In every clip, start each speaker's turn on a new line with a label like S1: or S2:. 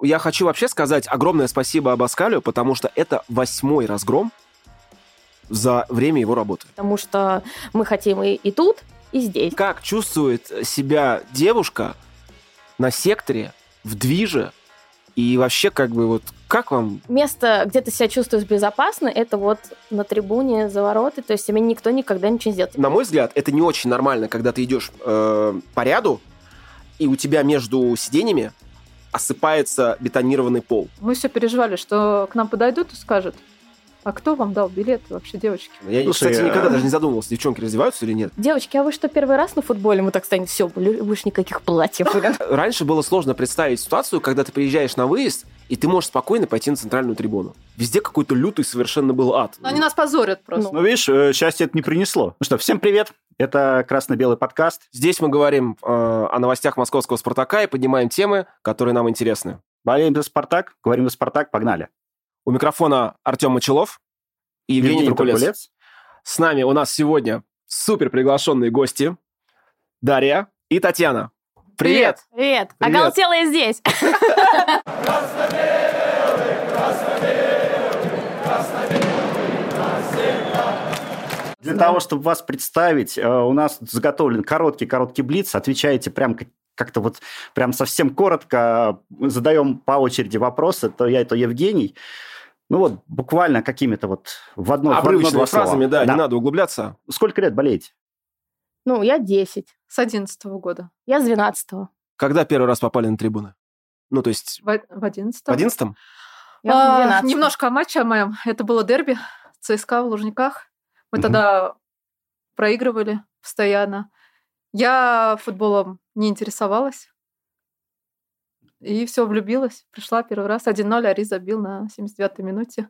S1: Я хочу вообще сказать огромное спасибо Абаскалю, потому что это восьмой разгром за время его работы.
S2: Потому что мы хотим и, и тут, и здесь.
S1: Как чувствует себя девушка на секторе, в движе, и вообще, как бы, вот, как вам?
S2: Место, где ты себя чувствуешь безопасно, это вот на трибуне, за вороты, то есть тебе никто никогда ничего не сделает.
S1: На мой взгляд, это не очень нормально, когда ты идешь э, по ряду, и у тебя между сиденьями осыпается бетонированный пол.
S3: Мы все переживали, что к нам подойдут и скажут, а кто вам дал билет вообще, девочки?
S1: Я, Слушай, кстати, я... никогда даже не задумывался, девчонки развиваются или нет.
S2: Девочки, а вы что, первый раз на футболе? Мы так станем, все, больше никаких платьев.
S1: Раньше было сложно представить ситуацию, когда ты приезжаешь на выезд, и ты можешь спокойно пойти на центральную трибуну. Везде какой-то лютый совершенно был ад.
S3: Но Ну, они нас позорят просто.
S4: Ну, видишь, счастье это не принесло. Ну что, всем привет, это «Красно-белый подкаст».
S1: Здесь мы говорим э, о новостях московского «Спартака» и поднимаем темы, которые нам интересны.
S4: Болеем за «Спартак», говорим за «Спартак», погнали.
S1: У микрофона Артем Мочелов и Евгений, Евгений Туркулец. Туркулец. С нами у нас сегодня супер приглашенные гости Дарья и Татьяна. Привет!
S2: Привет! Привет. Оголтелые А здесь!
S4: Для того, чтобы вас представить, э, у нас заготовлен короткий-короткий блиц. Отвечаете прям как-то вот прям совсем коротко. Задаем по очереди вопросы. То я, то Евгений. Ну вот, буквально какими-то вот в
S1: Ну,
S4: одно
S1: Обрывочными фразами, да, да, не надо углубляться.
S4: Сколько лет болеете?
S2: Ну, я 10.
S3: С 11 -го года.
S2: Я с 12 -го.
S1: Когда первый раз попали на трибуны? Ну, то есть...
S3: В, в 11
S1: В 11
S3: я а, Немножко о матче о моем. Это было дерби ЦСКА в Лужниках. Мы угу. тогда проигрывали постоянно. Я футболом не интересовалась. И все, влюбилась. Пришла первый раз. 1-0 Ари забил на 79-й минуте.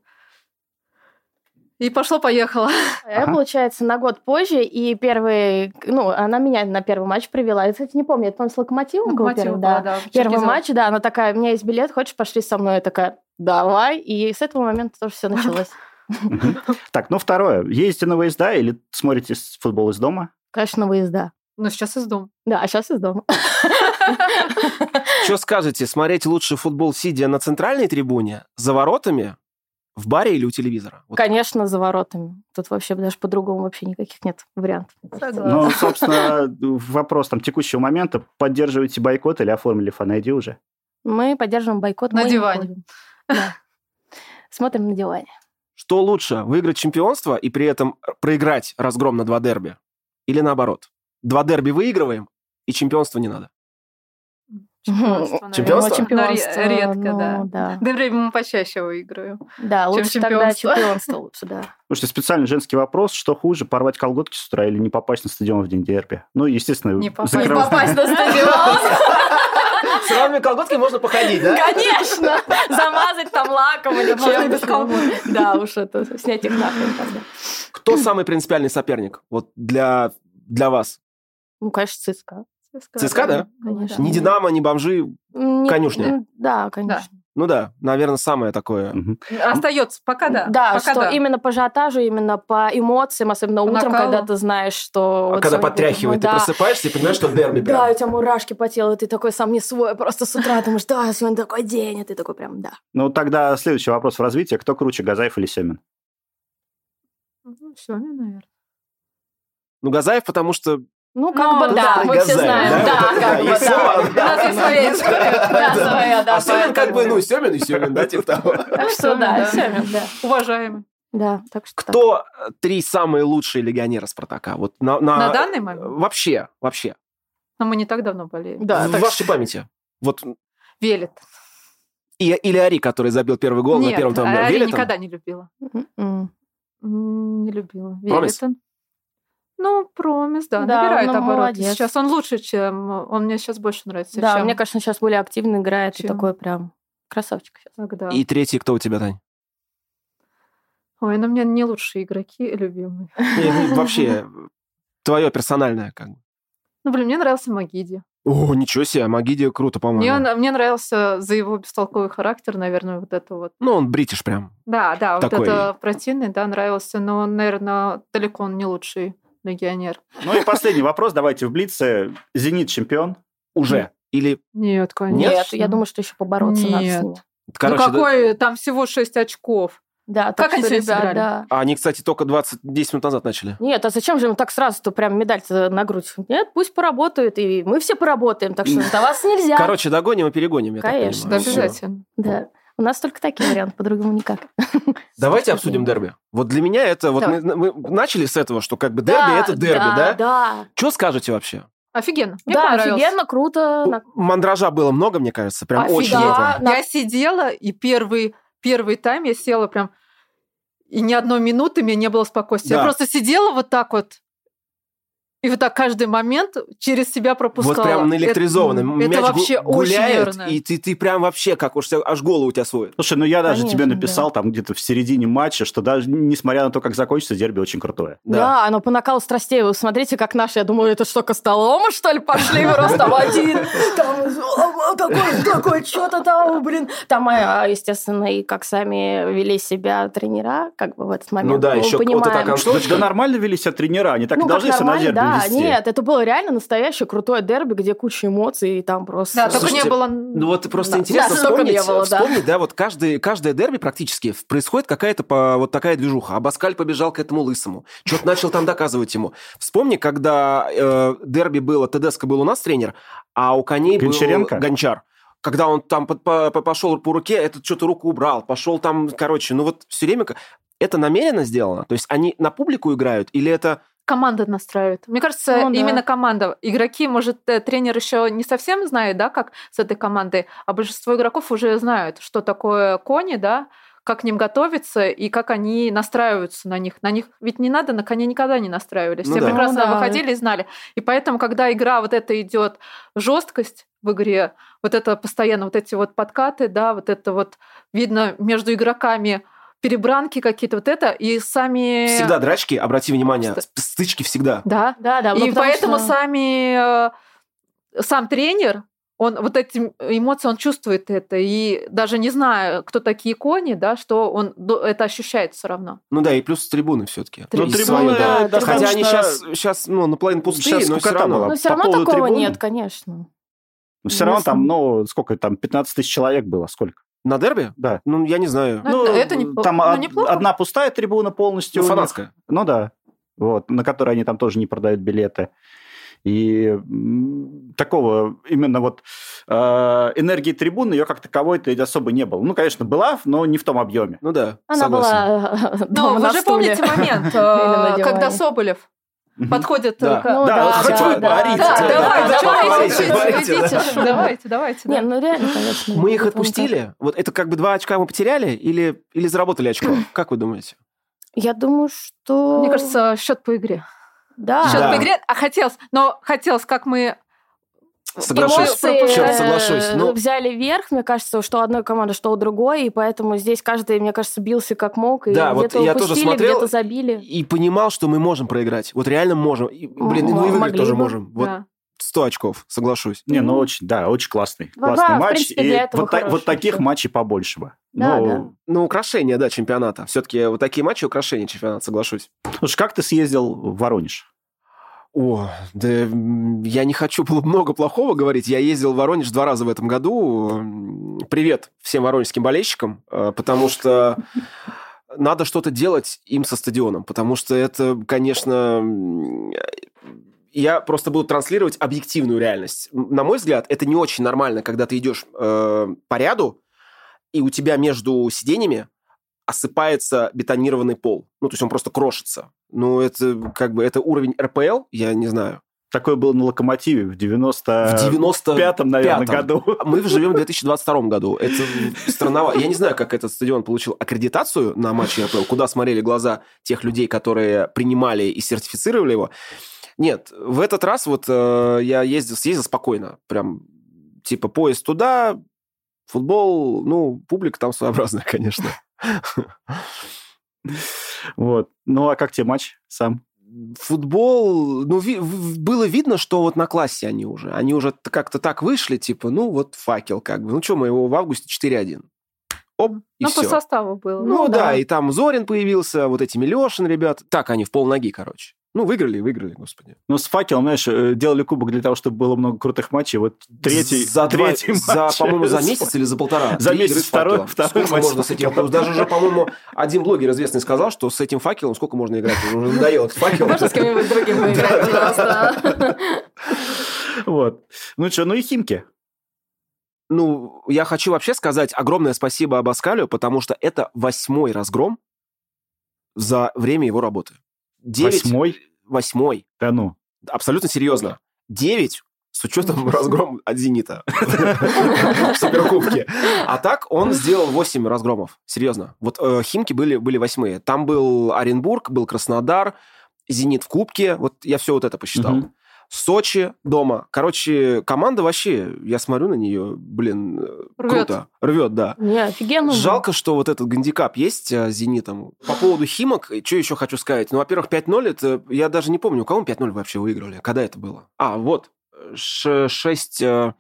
S3: И пошло-поехало.
S2: Я, ага. получается, на год позже, и первый... Ну, она меня на первый матч привела. Я, кстати, не помню, это, по-моему, с Локомотивом
S3: Локомотив
S2: был первый,
S3: была, Ну, да. да
S2: первый матч, да, она такая, у меня есть билет, хочешь, пошли со мной? Я такая, давай. И с этого момента тоже все началось.
S4: Так, ну второе. Ездите на выезда или смотрите футбол из дома?
S2: Конечно, на выезда.
S3: Ну, сейчас из дома.
S2: Да, а сейчас из дома.
S1: Что скажете, смотреть лучше футбол, сидя на центральной трибуне, за воротами, в баре или у телевизора?
S2: Вот. Конечно, за воротами. Тут вообще даже по-другому вообще никаких нет вариантов.
S4: Ну, собственно, вопрос там текущего момента. Поддерживаете бойкот или оформили фанайди уже?
S2: Мы поддерживаем бойкот.
S3: На диване.
S2: Да. Смотрим на диване.
S1: Что лучше, выиграть чемпионство и при этом проиграть разгром на два дерби? Или наоборот? Два дерби выигрываем, и чемпионства не надо.
S3: Чемпионство,
S2: чемпионство? Ну, а чемпионство
S3: Но редко, ну, да.
S2: да.
S3: Да время мы почаще выигрываем.
S2: Да, лучше чемпионство. тогда чемпионство лучше, да.
S4: Слушайте, специальный женский вопрос, что хуже, порвать колготки с утра или не попасть на стадион в день дерби? Ну, естественно,
S3: не попасть, закрыв... не попасть на стадион.
S1: С равными колготками можно походить, да?
S2: Конечно! Замазать там лаком или чем-то. Да, уж это, снять их нахрен тогда.
S1: Кто самый принципиальный соперник вот для, для вас?
S2: Ну, конечно, ЦСКА.
S1: ЦСКА, ЦСКА да?
S2: Конечно.
S1: Ни Динамо, ни бомжи, не, конюшня.
S2: Да, конечно. Да.
S1: Ну да, наверное, самое такое.
S3: Угу. Остается, пока да.
S2: Да,
S3: пока
S2: что
S3: да.
S2: именно по ажиотажу, именно по эмоциям, особенно по утром, накалу. когда ты знаешь, что...
S1: А вот когда потряхивает, ты да. просыпаешься и понимаешь, что дерби
S2: Да, прям. у тебя мурашки по телу, ты такой сам не свой, а просто с утра думаешь, да, сегодня такой день, и ты такой прям, да.
S4: Ну тогда следующий вопрос в развитии. Кто круче, Газаев или Семин?
S3: Ну, Семин, наверное.
S1: Ну, Газаев, потому что
S2: ну, как ну, бы да,
S3: мы газель, все
S2: Да,
S3: знаем.
S2: да как бы да.
S3: У нас есть своя история.
S2: Да, своя, да.
S1: А Семин как бы, ну, Семин и Семин, да, типа того.
S2: Так что да, Семин, да.
S3: Уважаемый.
S2: Да, так что
S1: Кто э, три самые лучшие легионера Спартака? Вот на, э,
S3: на... А, на данный момент?
S1: Вообще, вообще.
S3: Но мы не так давно болеем.
S1: Да, в вашей памяти. Вот.
S3: Велит.
S1: И, или Ари, который забил первый гол
S3: Нет, а
S1: на первом там.
S3: Ари
S1: Велитон?
S3: никогда не любила.
S2: м-м,
S3: Не любила. Велитон. Ну, промис, да,
S2: да
S3: набирает
S2: он,
S3: обороты.
S2: Молодец.
S3: Сейчас он лучше, чем... Он мне сейчас больше нравится,
S2: Да,
S3: чем...
S2: мне, конечно, сейчас более активно играет. Чем? И такой прям красавчик сейчас.
S3: Тогда.
S1: И третий кто у тебя, Тань?
S3: Ой, ну, у меня не лучшие игроки любимые.
S1: Не, Э, ну, вообще, твое персональное как бы.
S3: Ну, блин, мне нравился Магиди.
S1: О, ничего себе, Магиди круто, по-моему.
S3: Мне, мне нравился за его бестолковый характер, наверное, вот это вот.
S1: Ну, он бритиш прям.
S3: Да, да,
S1: Такой.
S3: вот это противный, да, нравился, но, он, наверное, далеко он не лучший легионер.
S4: Ну и последний вопрос, давайте в Блице. «Зенит» чемпион?
S1: Уже. Или...
S3: Нет, конечно.
S2: Нет, я думаю, что еще побороться надо с
S3: Нет.
S2: ними.
S1: Короче,
S3: ну
S1: да-
S3: какой там всего 6 очков?
S2: Да,
S3: Как
S2: так
S3: они
S2: что,
S3: сегодня
S2: ребят,
S3: сыграли?
S2: да.
S1: А они, кстати, только 20, 10 минут назад начали.
S2: Нет, а зачем же им так сразу-то прям медаль на грудь? Нет, пусть поработают, и мы все поработаем, так что сдаваться нельзя.
S1: Короче, догоним и перегоним, я так
S2: Конечно,
S1: понимаю.
S3: Да,
S2: Всё.
S3: обязательно.
S2: Да. У нас только такие варианты, по-другому никак.
S1: Давайте обсудим дерби. Вот для меня это... Вот мы,
S2: Давай.
S1: мы начали с этого, что как бы дерби это дерби, да?
S2: Да, да.
S1: Что скажете вообще?
S3: Офигенно. Мне
S2: Да,
S3: понравилось.
S2: офигенно, круто.
S1: Ну,
S2: на-
S1: Мандража было много, мне кажется, прям очень
S3: Ну, Офигеть.
S1: много.
S2: Да, на-
S3: А Я сидела, и первый, первый тайм я села прям... И ни одной минуты мне не было спокойствия.
S1: Да.
S3: Я просто сидела вот так вот, и вот так каждый момент через себя пропускала.
S1: Вот прям наэлектризованным.
S3: Это,
S1: Мяч гу-
S3: вообще очень
S1: гуляет,
S3: нервно.
S1: и ты, ты прям вообще как уж тебя- аж голову у тебя сводит.
S4: Слушай, ну я даже
S2: Конечно,
S4: тебе написал там где-то в середине матча, что даже несмотря на то, как закончится, дерби очень крутое.
S2: Да. оно по накалу страстей. Вы смотрите, как наши. Я думаю, это что, Костоломы, что ли, пошли? Вы раз там один, там а, а, такой, такой, что-то там, блин. Там, а, а, естественно, и как сами вели себя тренера, как бы в этот момент.
S1: Ну да,
S2: Мы
S1: еще
S2: понимаем.
S1: вот эта
S4: Слушай, да
S1: концовка.
S4: нормально вели себя тренера, они так и
S2: ну, как
S4: должны себя на
S2: нормально,
S4: дерби
S2: да.
S4: вести.
S2: Нет, это было реально настоящее крутое дерби, где куча эмоций, и там просто...
S3: Да, только
S1: Слушайте,
S3: не было...
S1: Ну вот просто
S2: Да,
S1: интересно
S2: да, столько
S1: вспомнить,
S2: не было, да.
S1: вспомнить, да, вот каждый, каждое дерби практически в- происходит какая-то по- вот такая движуха. Абаскаль побежал к этому лысому, что-то начал там доказывать ему. Вспомни, когда э, дерби было, Тедеско был у нас тренер, а у коней
S4: Гончаренко?
S1: был Гончар. Когда он там под- по- по- пошел по руке, этот что-то руку убрал, пошел там, короче, ну вот все время... к- Это намеренно сделано? То есть они на публику играют или это...
S3: Команда настраивает. Мне кажется,
S2: Ну да.
S3: именно команда. Игроки, может, э, тренер еще не совсем знает, да, как с этой командой, а большинство игроков уже знают, что такое кони, да, как к ним готовиться и как они настраиваются на них. На них ведь не надо, на коне никогда не настраивались.
S1: Ну
S3: Все
S1: да.
S3: прекрасно
S2: Ну да.
S3: выходили и знали. И поэтому, когда игра вот это идет, жесткость в игре, вот это постоянно, вот эти вот подкаты, да, вот это вот видно между игроками перебранки какие-то, вот это, и
S2: Э,
S3: сами...
S1: Всегда драчки, обрати внимание,
S3: Ст-
S1: стычки всегда.
S3: Да,
S2: Да, да. ну,
S3: и
S2: потому
S3: поэтому
S2: что-
S3: сами э, сам тренер, он вот эти эмоции, он чувствует это. И даже не зная, кто такие кони, да, что он до- это ощущает все равно.
S1: Ну да, и плюс трибуны все-таки.
S4: Ну,
S3: Трибуны,
S4: трибуны
S2: да,
S4: да,
S2: трибуны.
S1: Хотя они
S4: достаточно-
S1: сейчас, сейчас ну, наполовину пустые,
S4: Щас
S1: но все
S4: скукота
S1: равно.
S4: была.
S2: Ну, все
S4: По
S2: равно
S4: поводу
S2: такого
S4: трибуны.
S2: нет, конечно.
S4: Но все равно
S2: Ну,
S4: там, ну, сколько там, 15 тысяч человек было, сколько?
S1: На дерби?
S4: Да.
S1: Ну, я не знаю.
S3: Ну, это- это непло-
S4: Там
S3: ну,
S4: од-
S3: неплохо.
S4: одна пустая трибуна полностью.
S1: Ну,
S4: у них.
S1: фанатская.
S4: Ну да. Вот, на которые они там тоже не продают билеты. И м, такого именно вот э, энергии трибуны ее как таковой-то и особо не было. Ну, конечно, была, но не в том объеме.
S1: Ну да,
S2: Она
S1: согласен.
S2: была э,
S3: Но
S2: дома на
S3: Ну, вы же
S2: стуле.
S3: помните момент,
S2: на
S3: э,
S2: диване.
S3: когда Соболев
S4: Мгм.
S3: подходит э,
S1: Да.
S3: к...
S2: Ну,
S4: да,
S2: да,
S4: вот
S2: да,
S4: хоть
S2: да,
S4: вы говорите.
S3: Да,
S1: да,
S3: давай,
S1: да,
S3: Ну, давайте,
S1: говорите,
S3: идите,
S1: говорите,
S3: идите,
S2: да.
S3: давайте, давайте.
S2: Не,
S3: да.
S2: ну реально, конечно.
S1: Мы их
S2: Вот он так.
S1: отпустили? Вот это как бы два очка мы потеряли или, или заработали очко? Как вы думаете?
S2: Я думаю, что...
S3: Мне кажется, счет по игре.
S2: да.
S3: Счет
S1: Да.
S3: по игре, а хотелось, но хотелось, как мы
S1: Соглашусь.
S3: Эмоции,
S1: Чёрт,
S2: э,
S1: соглашусь. Ну,
S2: взяли верх, мне кажется, что у одной команды, что у другой, и поэтому здесь каждый, мне кажется, бился как мог, и
S1: Да, вот
S2: где-то
S1: я тоже
S2: упустили,
S1: смотрел,
S2: где-то забили.
S1: и понимал, что мы можем проиграть. Вот реально можем. И, блин,
S2: М-
S1: ну и выиграть
S2: могли
S1: тоже
S2: бы,
S1: можем. Вот
S3: да.
S1: 100 очков, соглашусь.
S4: Не, ну
S2: Ну.
S4: очень, да, очень классный.
S2: Два-два,
S4: классный
S2: в
S4: матч.
S2: принципе,
S4: и
S2: для этого
S4: вот, та-
S2: хороший
S4: вот таких
S2: вообще.
S4: матчей побольше бы.
S2: Да,
S4: ну,
S1: Ну, украшение, да, чемпионата. Все-таки вот такие матчи украшение чемпионата, соглашусь.
S4: слушай, как ты съездил в Воронеж?
S1: О, да м, я не хочу было много плохого говорить. Я ездил в Воронеж два раза в этом году. М, Привет всем воронежским болельщикам, э, потому что надо что-то делать им со стадионом, потому что это, конечно, м, я просто буду транслировать объективную реальность. М, На мой взгляд, это не очень нормально, когда ты идешь э, по ряду, и у тебя между сиденьями осыпается бетонированный пол. Ну, то есть он просто крошится. Ну, это как бы это уровень РПЛ, я не знаю.
S4: Такое было на локомотиве в 90...
S1: В 95
S4: пятом, наверное,
S1: пятом.
S4: году.
S1: мы живем в 2022 году. Это странновато. Я не знаю, как этот стадион получил аккредитацию на матче РПЛ, куда смотрели глаза тех людей, которые принимали и сертифицировали его. Нет, в этот раз вот э, я ездил, съездил спокойно. Прям, типа, поезд туда, футбол, ну, публика там своеобразная, конечно.
S4: Вот. Ну, а как тебе матч сам?
S1: футбол, ну, ви- в- было видно, что вот на классе они уже. Они уже т- как-то так вышли, типа, ну, вот факел как бы. Ну, что, мы его в августе 4-1. Оп, и
S3: Ну,
S1: все.
S3: по составу было.
S1: Ну,
S2: Ну,
S1: да.
S2: да.
S1: и там Зорин появился, вот эти Милешин, ребят. Так они в полноги, короче. Ну, выиграли, выиграли, господи.
S4: Ну, с факелом, знаешь, э, делали кубок для того, чтобы было много крутых матчей. Вот третий,
S1: за два-
S4: третий
S1: за,
S4: матч.
S1: по-моему, за месяц или за полтора.
S4: За
S1: Три
S4: месяц
S1: игры с
S4: второй-
S1: факелом.
S4: второй
S1: Сколько
S4: матч
S1: можно
S4: с
S1: с этим?
S4: факелом.
S1: Даже уже, по-моему, один блогер известный сказал, что с этим факелом сколько можно играть? Уже надоело этот факел.
S2: Можно с кем-нибудь другим поиграть, пожалуйста.
S4: Вот. Ну что, ну и Химки.
S1: Ну, я хочу вообще сказать огромное спасибо Абаскалю, потому что это восьмой разгром за время его работы. Девять...
S4: Восьмой.
S1: Восьмой.
S4: Да ну.
S1: Абсолютно серьезно. Девять с учетом разгрома от «Зенита» в Суперкубке. А так он сделал 8 разгромов. Серьезно. Вот э, «Химки» были, были восьмые. Там был Оренбург, был Краснодар, «Зенит» в Кубке. Вот я все вот это посчитал.
S4: Мгм.
S1: Сочи дома. Короче, команда вообще, я смотрю на нее, блин, э,
S3: Рвёт.
S1: круто. Рвет, да.
S2: Не, офигенно.
S1: Жалко, что вот этот гандикап есть э, с «Зенитом». По поводу «Химок», что еще хочу сказать? Ну, во-первых, 5-0, это, э, я даже не помню, у кого мы 5-0 вообще выиграли, когда это было? А, вот, Ш- шесть, э,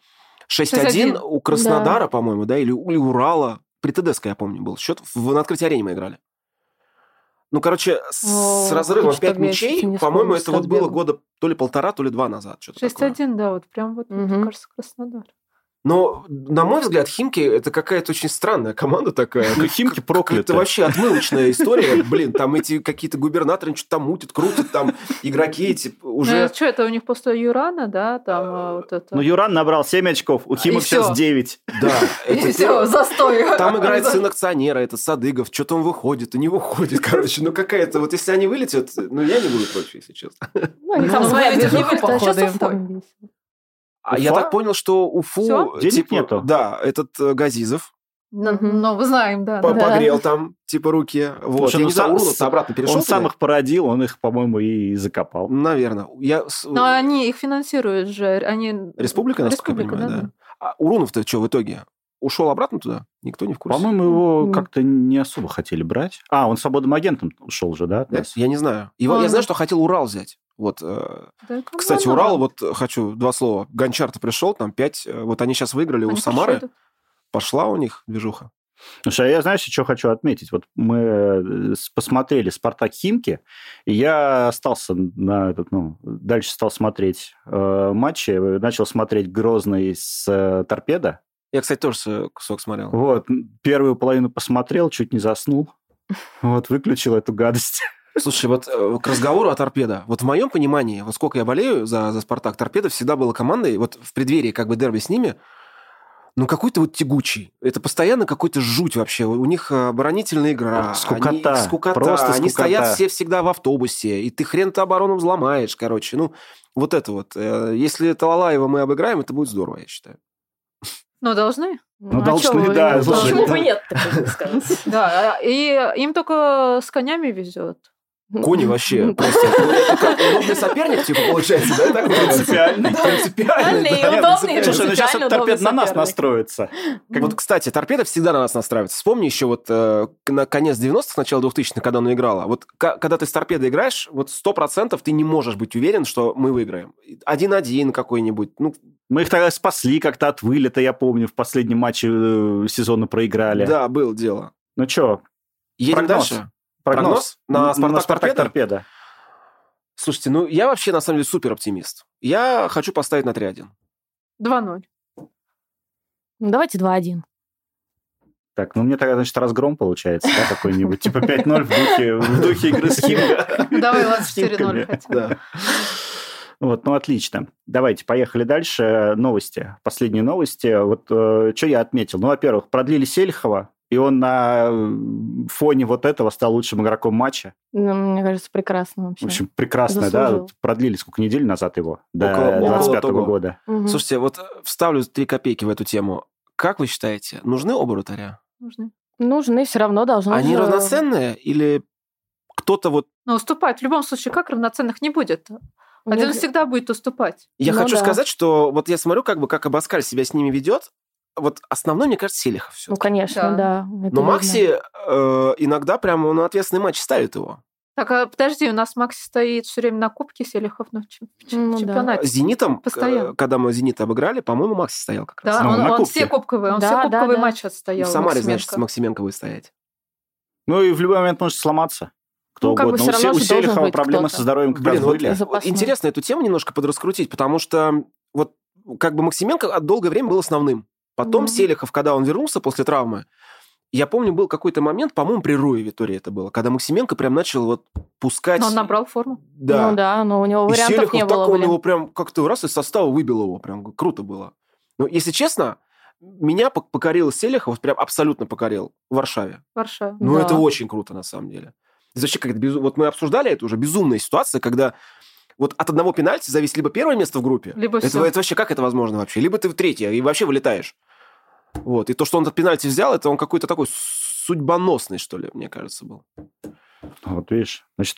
S1: 6-1
S3: 6:1.
S1: у Краснодара, по-моему, да, или у или Урала. При ТДСК, я помню, был счет. В, на открытии арене мы играли. Ну, короче, с
S2: О,
S1: разрывом
S2: что-то
S1: 5
S2: я чуть не
S1: мячей,
S2: вспомнила,
S1: по-моему, это вот было
S2: стадбегом.
S1: года то ли полтора, то ли два назад. что-то такое.
S3: 6-1, да, вот прям вот, мне
S2: Мгм.
S3: кажется, Краснодар.
S1: Но, на мой взгляд, Химки – это какая-то очень странная команда такая.
S4: Ну, Химки
S1: Это
S4: прокляты.
S1: вообще отмывочная история. Блин, там эти какие-то губернаторы что-то там мутят, крутят, там игроки эти
S3: Ну,
S1: уже...
S3: что это у них после Юрана, да, там а, вот это...
S4: Ну, Юран набрал 7 очков, у Химок
S3: всё.
S4: сейчас 9.
S1: Да, это
S3: И все, застой.
S1: Там играет сын акционера, этот Садыгов, что-то он выходит и не выходит, короче, ну какая-то, вот если они вылетят, ну я не буду против, если честно.
S2: Ну, они там
S3: Ну,
S2: свои
S3: знаете,
S2: движухи,
S3: походу,
S2: сейчас
S3: им
S2: Уфой.
S3: там
S1: А я
S4: Уфа?
S1: так понял, что Уфу...
S3: Всё?
S4: Денег
S1: типа,
S4: нету.
S1: Да, этот э, Газизов
S3: Ну, ну, мы знаем, да.
S1: по-
S3: да.
S1: погрел там, типа, руки. Вот,
S4: Слушай,
S1: я
S4: ну,
S1: не знаю,
S4: сам-
S1: Урнов-то обратно перешел
S4: Он
S1: туда? Ну,
S4: сам их породил, он их, по-моему, и закопал.
S1: Наверное. Я... с-
S3: Но они их финансируют же. Они...
S1: Республика, насколько
S3: Республика,
S1: я понимаю, да. А Урунов-то что в итоге? Ушел обратно туда? Никто не в курсе?
S4: По-моему, его
S3: Мгм.
S4: как-то не особо хотели брать. А, он свободным агентом ушел же, да? от
S1: Да?
S4: нас?
S1: Я не знаю. Его, я
S3: Он-
S1: знаю, что хотел Урал взять. Вот. э,
S3: да. Да,
S1: Кстати,
S3: команда.
S1: Урал, вот э, хочу два слова. Гончар-то пришел, там пять. э, Вот они сейчас выиграли у
S3: Они
S1: Самары.
S3: хорошо идут.
S1: Пошла у них движуха.
S4: Слушай, а я, знаешь, что хочу отметить? Вот мы э, с- посмотрели «Спартак Химки», и я остался на этот, ну, дальше стал смотреть э, матчи, э, начал смотреть «Грозный» с э, «Торпедо».
S1: Я, кстати, тоже с- кусок смотрел.
S4: Вот, м, первую половину посмотрел, чуть не заснул. Вот, выключил эту гадость.
S1: Слушай, вот э, к разговору о торпедо. Вот в моем понимании, вот сколько я болею за, за Спартак, торпедо всегда была командой, вот в преддверии как бы дерби с ними, ну какой-то вот тягучий. Это постоянно какой-то жуть вообще. У них э, оборонительная игра.
S4: Скукота.
S1: Они, скукота.
S4: Просто
S1: они
S4: скукота.
S1: стоят все всегда в автобусе, и ты хрен-то оборону взломаешь, короче. Ну, вот это вот. Э, Если Талалаева мы обыграем, это будет здорово, я считаю.
S3: Ну, должны.
S4: Ну,
S2: а
S4: должны,
S2: чё вы-
S4: да,
S2: ну,
S4: слушай,
S2: Почему
S4: да.
S2: бы нет, так можно сказать?
S3: Да, а, и им только с конями везет.
S1: Кони вообще просто... Ну, Это как удобный соперник, типа, получается, да? Так называется?
S4: Принципиальный.
S1: Принципиальный,
S2: Реальный,
S1: да,
S2: удобный,
S1: принципиальный.
S4: Слушай, ну сейчас
S2: принципиально
S4: этот торпед
S2: удобный
S4: на нас
S2: соперник.
S4: настроится. Как-
S1: Вот, кстати, торпеда всегда на нас настраивается. Вспомни еще вот э, к- на конец 90-х, начало 2000-х, когда она играла. Вот ка- когда ты с торпедой играешь, вот 100% ты не можешь быть уверен, что мы выиграем. Один-один какой-нибудь. Ну,
S4: Мы их тогда спасли как-то от вылета, я помню, в последнем матче э, сезона проиграли.
S1: да, было дело.
S4: Ну что,
S1: Едем
S4: Прогноз.
S1: дальше.
S4: прогноз?
S1: Прогноз? На «Спартак» «Торпедо»?
S4: торпеда.
S1: Слушайте, ну я вообще на самом деле супер оптимист. Я хочу поставить на 3-1.
S3: 2-0.
S2: Ну, Давайте 2-1.
S4: Так, ну мне тогда, значит, разгром получается, да, какой-нибудь, типа 5-0 в духе, в духе игры с Химко.
S3: Ну, Давай, ладно,
S4: С Химками.
S3: 4-0 хотя бы.
S1: Да.
S4: Вот, ну отлично. Давайте, поехали дальше. Новости, последние новости. Вот что я отметил? Ну, во-первых, продлили Сельхова, и он на э, фоне вот этого стал лучшим игроком матча.
S2: Ну, Мне кажется, прекрасно вообще.
S4: В общем, прекрасно, да?
S2: Заслужил.
S4: Вот продлили сколько недель назад его?
S1: Около-
S4: До
S1: около
S4: 25
S1: того.
S4: года.
S2: Мгм.
S1: Слушайте, вот э, вставлю 3 копейки в эту тему. Как вы считаете, нужны оба вратаря?
S3: Нужны.
S2: Нужны, все Ну, равно должны.
S1: Они
S2: же-
S1: равноценные или кто-то вот
S3: Но Ну, уступать в любом случае, как равноценных не будет.
S2: Ну,
S3: Один всегда будет уступать.
S1: Я
S2: Ну
S1: хочу
S2: да.
S1: сказать, что вот я смотрю, как бы как Абаскаль себя с ними ведет. Вот основной, мне кажется, Селихов все.
S2: Ну, конечно, да. это
S1: Но
S2: видно.
S1: Макси э, иногда прямо на ответственный матч ставит его.
S3: Так, а подожди, у нас Макси стоит все время на кубке Селихов ну, в чем- в чем-
S2: Ну да.
S1: С
S3: чемпионате.
S1: Зенитом, к-
S3: Постоянно.
S1: когда мы Зенит обыграли, по-моему, Макси стоял как раз.
S3: Да,
S4: Ну,
S3: он,
S4: на
S3: он
S4: кубке.
S3: все кубковые, он
S2: Да,
S3: все
S2: да,
S3: кубковые
S2: да.
S3: матчи
S1: В
S3: отстоял.
S1: Самаре,
S3: Максименко.
S1: значит, с Максименко будет стоять.
S4: Ну и в любой момент может сломаться. кто
S2: Ну, как бы
S4: угодно.
S2: всё
S4: У Се-
S2: равно
S4: у
S2: же должен
S4: Селихова
S2: быть
S4: проблемы
S2: кто-то.
S4: со здоровьем Ну, как
S1: Блин,
S4: раз
S1: вот
S4: были.
S2: Запасной.
S1: Интересно эту тему немножко подраскрутить, потому что вот как бы Максименко от- долгое время был основным. Потом
S3: Мгм.
S1: Селихов, когда он вернулся после травмы, я помню, был какой-то момент, по-моему, при Руе Витории это было, когда Максименко прям начал вот пускать...
S3: Но он набрал форму.
S1: Да.
S2: Ну да, но у него
S1: И
S2: вариантов
S1: Селихов
S2: не
S1: так
S2: было,
S1: он
S2: блин.
S1: его прям как-то раз из состава выбил его. Прям круто было. Но если честно, меня пок- покорил Селихов, прям абсолютно покорил в Варшаве.
S3: Варшава.
S1: Ну,
S2: Да.
S1: это очень круто, на самом деле. Это вообще как Вот мы обсуждали это уже, безумная ситуация, когда вот от одного пенальти зависит либо первое место в группе,
S3: Либо
S1: это,
S3: всё.
S1: это вообще как это возможно вообще? Либо ты в третье, и вообще вылетаешь. Вот. И то, что он этот пенальти взял, это он какой-то такой судьбоносный, что ли, мне кажется, был.
S4: Вот видишь, значит,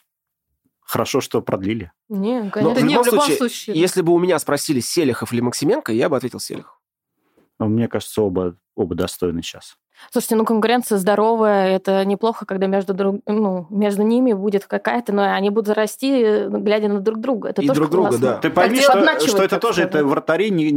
S4: хорошо, что продлили.
S2: Не,
S1: Ну,
S2: конечно.
S3: Да
S1: в
S3: не,
S1: любом
S3: в любом
S1: случае,
S3: случае.
S1: Если бы у меня спросили Селихов или Максименко, я бы ответил Селихов.
S4: Но Мне кажется, оба, оба достойны сейчас.
S2: Слушайте, ну конкуренция здоровая, это неплохо, когда между, друг, ну, между ними будет какая-то, но они будут расти, э, глядя на друг друга. Это
S1: И
S2: тоже
S1: друг друга,
S2: классно.
S1: да.
S4: Ты пойми,
S2: дело
S4: что, э,
S2: обначивать,
S4: что это
S2: типа, так
S4: тоже
S2: сказать.
S4: это вратари не, э,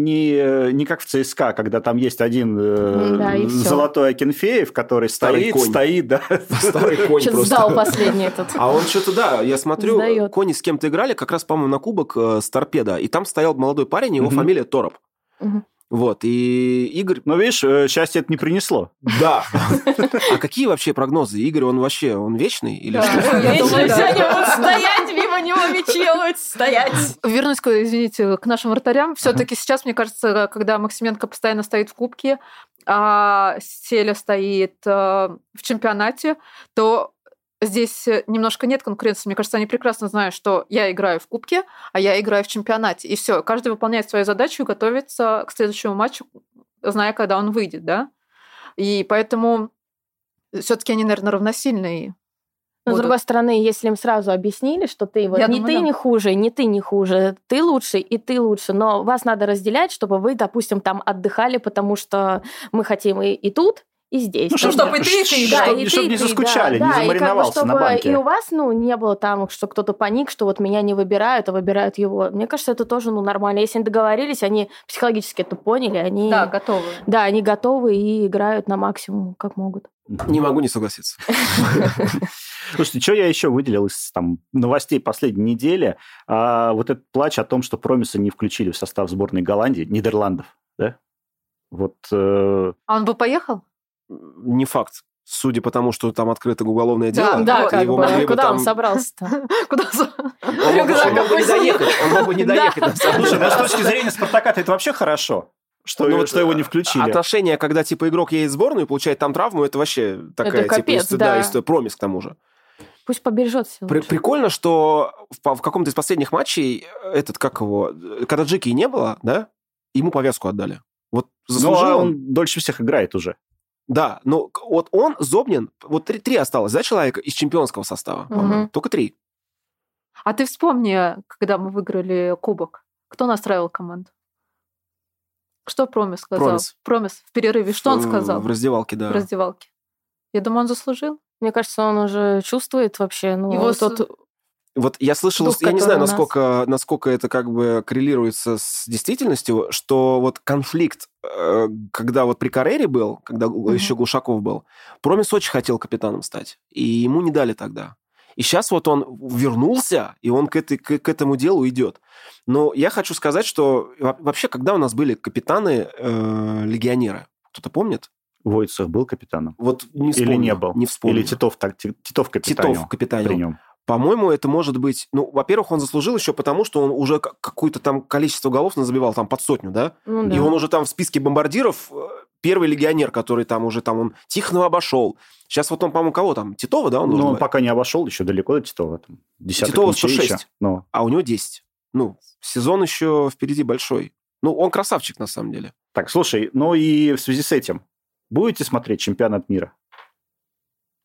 S4: не, не как в ЦСКА, когда там есть один э,
S2: Ну Да, и всё.
S4: золотой Акинфеев, который
S1: Старый
S4: стоит,
S1: конь.
S4: стоит, да.
S1: Старый конь
S2: Сейчас
S1: просто.
S2: сдал последний этот.
S1: А он что-то, да, я смотрю,
S2: Сдаёт.
S1: Кони с кем-то играли, как раз, по-моему, на кубок э, с торпеда. И там стоял молодой парень, его
S4: Мгм.
S1: фамилия Тороп.
S2: Мгм.
S1: Вот, и Игорь...
S4: Но видишь, э, счастье это не
S2: Ну,
S4: принесло.
S1: Да. А какие вообще прогнозы? Игорь, он вообще, он вечный? Или
S3: Да.
S1: что?
S3: Я
S2: Вечно
S3: думаю, да.
S2: сегодня будут стоять, мимо него мечеловать, стоять.
S3: Вернусь, к, извините, к нашим вратарям. Все-таки сейчас, мне кажется, когда Максименко постоянно стоит в кубке, а Селя стоит э, в чемпионате, то здесь э, немножко нет конкуренции. Мне кажется, они прекрасно знают, что я играю в кубке, а я играю в чемпионате. И все, каждый выполняет свою задачу и готовится к следующему матчу, зная, когда он выйдет, да? И поэтому все-таки они, наверное, равносильные.
S2: Но, с
S3: Будут.
S2: другой стороны, если им сразу объяснили, что ты вот
S3: Я
S2: не
S3: думаю,
S2: ты
S3: да.
S2: не хуже, не ты не хуже, ты лучше и ты лучше, но вас надо разделять, чтобы вы, допустим, там отдыхали, потому что мы хотим и, и тут, и здесь.
S4: Ну,
S2: Потому
S4: чтобы
S2: что-
S4: и ты, и ты, да. Чтоб- чтоб
S2: да,
S4: не заскучали, не
S2: да, и как бы
S4: замариновался на
S2: чтобы
S4: банке.
S2: И у вас, ну, не было там, что кто-то паник, что вот меня не выбирают, а выбирают его. Мне кажется, это тоже, ну, нормально. Если они договорились, они психологически это поняли, они...
S3: Да, готовы.
S2: Да, они готовы и играют на максимум, как могут.
S1: Не могу не согласиться.
S4: Слушайте, что я еще выделил из там, новостей последней недели? А, вот этот плач о том, что Промиса не включили в состав сборной Голландии, Нидерландов, да? Вот э,
S3: А он бы поехал?
S1: Не факт. Судя по тому, что там открыто уголовное дело,
S3: Да,
S1: его
S3: как бы.
S1: могли бы
S2: Куда
S1: там-
S2: он собрался-то?
S3: Куда?
S1: Он мог бы- он мог бы не доехать. Он мог бы не
S2: Да.
S1: доехать. на самом
S4: Слушай,
S1: деле.
S4: ну, с точки зрения Спартака-то это вообще хорошо, что,
S1: Ну,
S4: его-
S1: вот,
S4: что его не
S1: э,
S4: включили.
S1: Отношение, когда, типа, игрок едет в сборную и получает там травму, это вообще такая, типа,
S2: капец,
S1: исто- да,
S2: да.
S1: исто- промис к тому же.
S2: Пусть побережет все.
S1: При- прикольно, что в, по- в каком-то из последних матчей э, этот, как его, э, когда Джики не было, да, ему повязку отдали. Вот
S4: Ну,
S1: заслужил
S4: а
S1: он.
S4: он дольше всех играет уже.
S1: Да, но к- вот он, Зобнин, вот три, три осталось, да, человека из чемпионского состава, по-моему?
S2: Мгм.
S1: Только три.
S3: А ты вспомни, когда мы выиграли кубок, кто настраивал команду? Что Промис сказал?
S1: Промис.
S3: в перерыве. Что он
S1: Э,
S3: сказал
S1: В раздевалке,
S3: в
S1: да.
S3: раздевалке? Я думаю, он заслужил.
S2: Мне кажется, он уже чувствует вообще, ну,
S3: Его с-
S2: тот...
S1: Вот я слышал,
S2: Дух,
S1: я не знаю,
S2: который у нас.
S1: насколько, насколько это как бы коррелируется с действительностью, что вот конфликт, э, когда вот при Карере был, когда Гу-
S2: Мгм.
S1: еще Глушаков был, Промис очень хотел капитаном стать, и ему не дали тогда. И сейчас вот он вернулся, и он к, этой, к, к этому делу идет. Но я хочу сказать, что во- вообще, когда у нас были капитаны-легионеры, кто-то помнит?
S4: Войцех был капитаном?
S1: Вот не
S4: Или не
S1: вспомню,
S4: был?
S1: Не вспомню.
S4: Или Титов, так, Ти- Титов капитанил
S1: Титов
S4: при
S1: капитанил.
S4: нем?
S1: По-моему, это может быть... Ну, во-первых, он заслужил еще потому, что он уже ка- какое-то там количество голов забивал, там под сотню, да?
S2: Ну, да.
S1: И он уже там в списке бомбардиров э, первый легионер, который там уже там, он Тихонова обошел. Сейчас вот он, по-моему, кого там? Титова, да? Он
S4: Ну,
S1: должен
S4: он
S1: быть?
S4: пока не обошел, еще далеко до Титова. Там, десяток
S1: Титова
S4: ничей
S1: 106.
S4: еще, Но
S1: А у него 10. Ну, сезон еще впереди большой. Ну, он красавчик, на самом деле.
S4: Так, слушай, ну и в связи с этим, будете смотреть чемпионат мира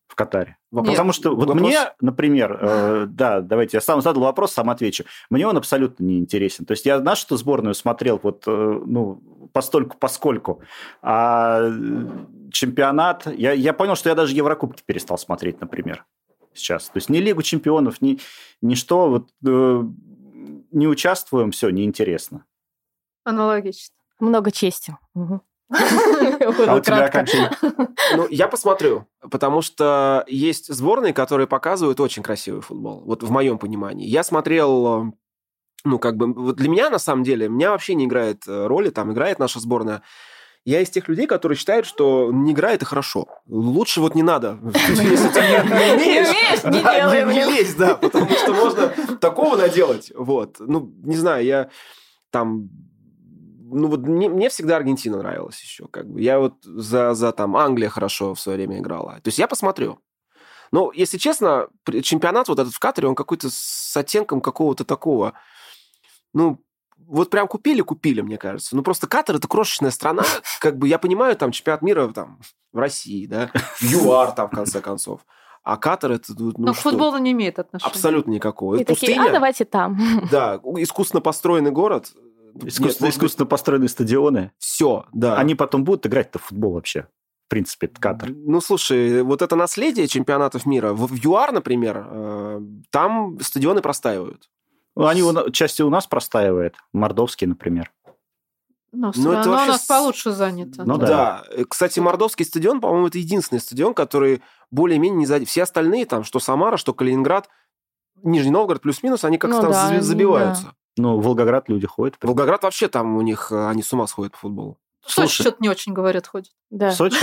S4: в Катаре?
S1: Вопрос-
S4: Потому что вот
S1: вопрос-
S4: мне, например, э, да, давайте я сам задал вопрос, сам отвечу. Мне он абсолютно не интересен. То есть я нашу что сборную смотрел вот, э, ну, постольку, поскольку. А э, чемпионат... Я, я понял, что я даже Еврокубки перестал смотреть, например, сейчас. То есть ни Лигу чемпионов, ни, ни что. Вот, э, не участвуем, все, неинтересно.
S3: Аналогично.
S2: Много чести. Мгм.
S4: А у тебя окончание?
S1: Ну, я посмотрю, потому что есть сборные, которые показывают очень красивый футбол, вот в моем понимании. Я смотрел э, ну, как бы, вот для меня, на самом деле, меня вообще не играет э, роли, там играет наша сборная. Я из тех людей, которые считают, что не играет и хорошо. Лучше вот не надо. Если ты не
S2: Не умеешь, не
S1: да,
S2: делай.
S1: не, не
S2: блин.
S1: лезь, да, потому что можно такого наделать. Вот. Ну, не знаю, я там... Ну, вот мне, мне всегда Аргентина нравилась еще. Как бы. Я вот за, за там Англия хорошо в свое время играла. То есть я посмотрю. Но, если честно, при- чемпионат вот этот в Катаре, он какой-то с оттенком какого-то такого... Ну, вот прям купили-купили, мне кажется. Ну, просто Катар – это крошечная страна. Как бы я понимаю, там, чемпионат мира там, в России, да, в ЮАР там, в конце концов. А Катар – это... Ну,
S3: Но к
S1: что?
S3: футболу не имеет отношения.
S1: Абсолютно никакого.
S2: И
S1: Это
S2: такие, а
S1: пустыня,
S2: давайте там.
S1: да, искусственно построенный город.
S4: Искусственно, искусственно построенные стадионы.
S1: Все, да.
S4: Они потом будут играть-то в футбол вообще. В принципе, это катер.
S1: Ну, слушай, вот это наследие чемпионатов мира. В в ЮАР, например, э, там стадионы простаивают.
S4: Ну, Они у на- части у нас простаивают. Мордовский, например.
S3: Но
S1: Ну,
S3: все
S1: это
S3: равно у
S1: вообще
S3: нас
S1: с-
S3: получше занято.
S4: Ну да.
S1: Э, Кстати, Мордовский стадион, по-моему, это единственный стадион, который более-менее не задел. Все остальные там, что Самара, что Калининград, Нижний Новгород плюс-минус, они как-то
S2: Ну
S1: там
S2: да,
S1: за-
S2: они,
S1: забиваются.
S4: Ну, в Волгоград люди ходят.
S1: Волгоград вообще там у них, э, они с ума сходят по футболу.
S3: В Сочи
S4: Слушай.
S3: что-то не очень говорят, ходят.
S2: Да.
S4: В Сочи?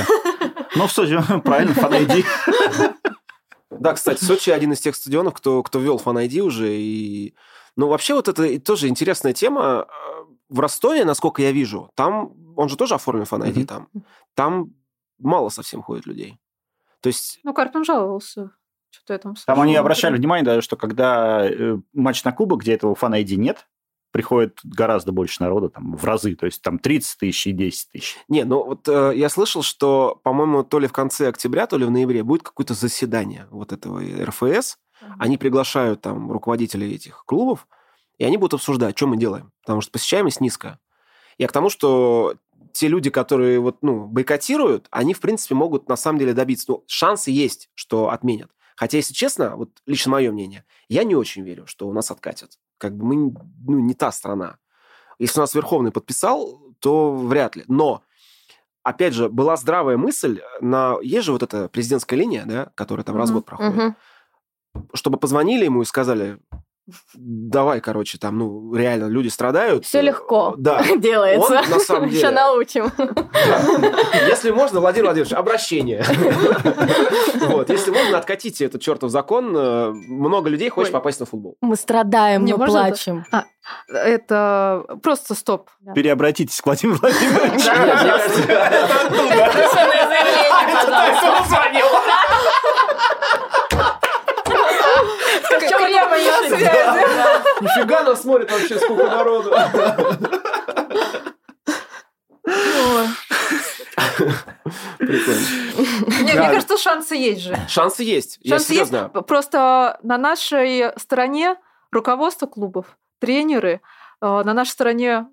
S4: Ну, в Сочи, правильно, фанайди.
S1: Да, кстати, Сочи один из тех стадионов, кто, кто ввел фан ID уже. И... Ну, вообще, вот это и тоже интересная тема. Э, В Ростове, насколько я вижу, там он же тоже оформлен фан ID
S4: Мгм.
S1: там. Там мало совсем ходит людей. То есть,
S3: Ну, Карпин жаловался. Что-то я там
S4: Там
S3: слышала.
S1: Ну,
S4: они обращали внимание даже, что когда э, матч на кубок, где этого фан-айди нет, приходит гораздо больше народа, там, в разы. То есть там 30 тысяч и 10 тысяч.
S1: не, ну вот э, я слышал, что, по-моему, то ли в конце октября, то ли в ноябре будет какое-то заседание вот этого РФС. Они приглашают там руководителей этих клубов, и они будут обсуждать, что мы делаем, потому что посещаемость низкая. Я к тому, что те люди, которые вот, ну, бойкотируют, они, в принципе, могут на самом деле добиться. Ну, шансы есть, что отменят. Хотя, если честно, вот лично мое мнение, я не очень верю, что у нас откатят. Как бы мы, ну, не та страна. Если у нас Верховный подписал, то вряд ли. Но, опять же, была здравая мысль э, на... Есть же вот эта президентская линия, да, которая там раз в год проходит
S2: Мгм.
S1: чтобы позвонили ему и сказали, давай, короче, там, ну, реально, люди страдают. Э,
S2: Все легко
S1: Да.
S2: делается.
S1: Он, на самом деле-
S2: Еще научим.
S1: Да. Если можно, Владимир Владимирович, обращение. Вот, если можно, откатите этот чертов закон. Э, Много людей хочет
S3: Ой.
S1: попасть на футбол.
S2: Мы страдаем,
S3: Не,
S2: мы
S3: можно
S2: плачем.
S3: Это просто стоп.
S4: Переобратитесь к Владимиру Владимировичу.
S1: Нет, мне кажется, это оттуда.
S2: Писанное заявление, пожалуйста. Крема не связи.
S1: Нифига нас смотрит вообще, сколько народу.
S3: Ну.
S1: Прикольно.
S3: Не, Мне
S1: Да.
S3: кажется, шансы есть же.
S1: Шансы есть, я
S3: Шансы есть.
S1: серьезно.
S3: Просто на нашей стороне руководство клубов, тренеры, э, на нашей стороне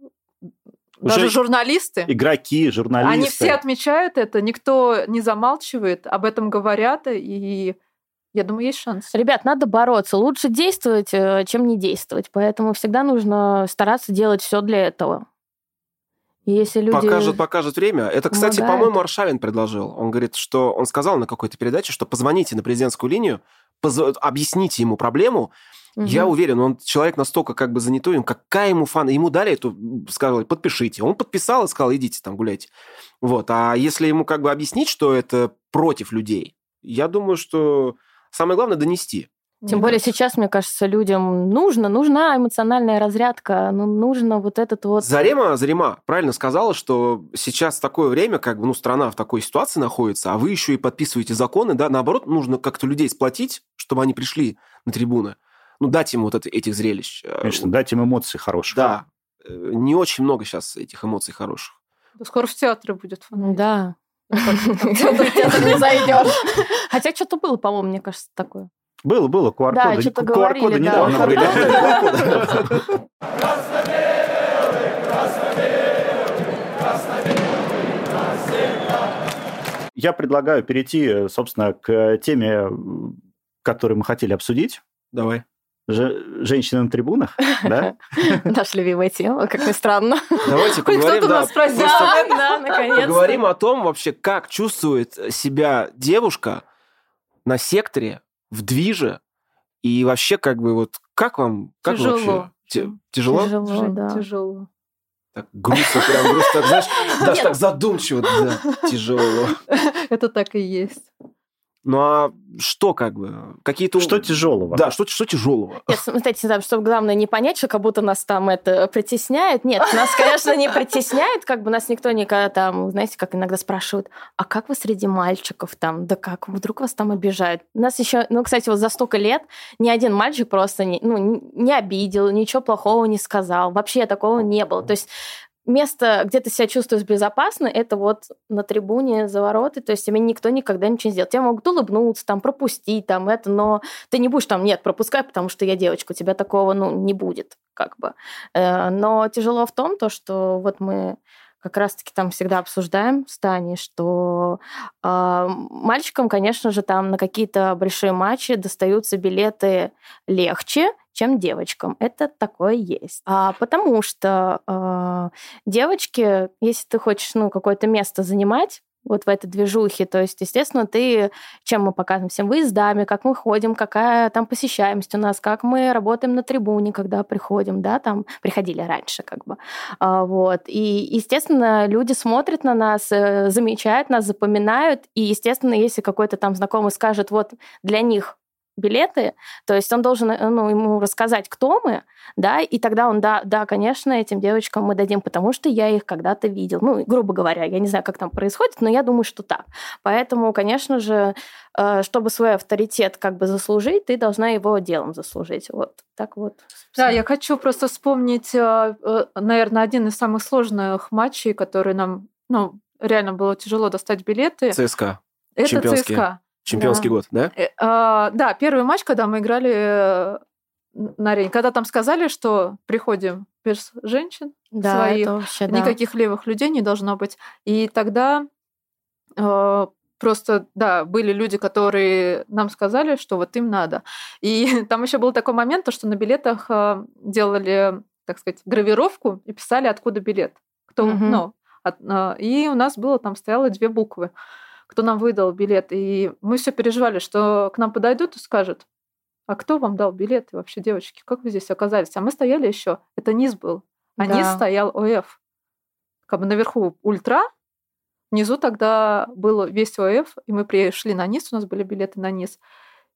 S3: даже
S4: Уже
S3: журналисты.
S4: Игроки, журналисты.
S3: Они все отмечают это, никто не замалчивает, об этом говорят, и я думаю, есть шанс.
S2: Ребят, надо бороться. Лучше действовать, э, чем не действовать. Поэтому всегда нужно стараться делать все для этого. И Если люди... Ну
S1: Покажет, покажет время. Это, кстати,
S2: Помогает.
S1: по-моему, Аршавин предложил. Он говорит, что он сказал на какой-то передаче, что позвоните на президентскую линию, позв- объясните ему проблему.
S2: Мгм.
S1: Я уверен, он человек настолько как бы занятой, он какая ему фан. Ему дали эту, сказали, подпишите. Он подписал и сказал, идите там гуляйте. Вот. А если ему как бы объяснить, что это против людей, я думаю, что самое главное донести.
S2: Тем
S3: Мне
S2: более
S3: кажется.
S2: сейчас, мне кажется, людям нужно, нужна эмоциональная разрядка, ну, нужно вот этот вот...
S1: Зарема, Зарема правильно сказала, что сейчас такое время, как бы, ну, страна в такой ситуации находится, а вы еще и подписываете законы, да, наоборот, нужно как-то людей сплотить, чтобы они пришли на трибуны, ну, дать им вот это, этих зрелищ. Э,
S4: Конечно, дать им эмоции хорошие.
S1: Да. Э, Не очень много сейчас этих эмоций хороших.
S3: Да Скоро в театре будет.
S2: Ну Да. Хотя что-то было, по-моему, мне кажется, такое.
S4: Было, было, QR-коды.
S2: Да, что-то говорили,
S4: QR-коды
S2: да.
S4: недавно
S2: Вот
S4: были. Я предлагаю перейти, собственно, к теме, которую мы хотели обсудить.
S1: Давай.
S4: Ж- женщины на трибунах, да?
S2: Наша любимая тема, как ни странно.
S1: Давайте
S2: Хоть
S1: поговорим,
S2: кто-то
S1: да,
S2: нас спросил.
S1: просто
S2: Да, да, наконец-то.
S1: поговорим о том вообще, как чувствует себя девушка на секторе, в движе, и вообще как бы вот, как вам, как вы
S3: Тяжело.
S1: вообще? Те- Тяжело?
S2: Тяжело,
S3: Жень,
S2: Ну да.
S3: Тяжело.
S1: Так грустно, прям грустно, так, знаешь, даже
S2: Нет.
S1: так задумчиво, да, тяжело.
S3: Это так и есть.
S1: Ну а что как бы? Какие-то...
S4: Что тяжелого?
S1: Да, что, что тяжелого?
S2: Нет, смотрите, там, чтобы главное не понять, что как будто нас там это притесняет. Нет, нас, конечно, не притесняет, как бы нас никто никогда там, знаете, как иногда спрашивают, а как вы среди мальчиков там, да как, вдруг вас там обижают? Нас еще, ну, кстати, вот за столько лет ни один мальчик просто не, ну, не- не обидел, ничего плохого не сказал, вообще такого не было. То есть место, где ты себя чувствуешь безопасно, это вот на трибуне за вороты, то есть тебе никто никогда ничего не сделает. Тебя могут улыбнуться, там, пропустить, там, это, но ты не будешь там, нет, пропускай, потому что я девочка, у тебя такого, ну, не будет, как бы. Э, Но тяжело в том, то, что вот мы как раз-таки там всегда обсуждаем с Таней, что э, мальчикам, конечно же, там на какие-то большие матчи достаются билеты легче, чем девочкам. Это такое есть. А, потому что э, девочки, если ты хочешь ну, какое-то место занимать, вот в этой движухе, то есть, естественно, ты чем мы показываем всем выездами, как мы ходим, какая там посещаемость у нас, как мы работаем на трибуне, когда приходим, да, там приходили раньше как бы. А, вот. И, естественно, люди смотрят на нас, э, замечают нас, запоминают, и, естественно, если какой-то там знакомый скажет, вот для них билеты, то есть он должен э, ну, ему рассказать, кто мы, да, и тогда он, да, да, конечно, этим девочкам мы дадим, потому что я их когда-то видел. Ну, грубо говоря, я не знаю, как там происходит, но я думаю, что так. Поэтому, конечно же, э, чтобы свой авторитет как бы заслужить, ты должна его делом заслужить. Вот так вот.
S3: Да, я хочу просто вспомнить, э, наверное, один из самых сложных матчей, который нам, ну, реально было тяжело достать билеты.
S1: ЦСКА.
S3: Это
S1: чемпионский.
S3: ЦСКА.
S1: Чемпионский
S3: Да.
S1: год, да?
S3: Э, а, Да, первый матч, когда мы играли э, на арене, когда там сказали, что приходим без женщин,
S2: Да,
S3: своих.
S2: это вообще, да.
S3: никаких левых людей не должно быть. И тогда э, просто, да, были люди, которые нам сказали, что вот им надо. И там еще был такой момент, то, что на билетах э, делали, так сказать, гравировку и писали, откуда билет. Кто,
S2: Мгм.
S3: ну, от- э, и у нас было там стояло две буквы, кто нам выдал билет. И мы все переживали, что к нам подойдут и скажут, а кто вам дал билеты вообще, девочки? Как вы здесь оказались? А мы стояли еще. Это низ был. А
S2: Да.
S3: низ стоял ОФ. Как бы наверху ультра, внизу тогда был весь ОФ, и мы пришли на низ, у нас были билеты на низ.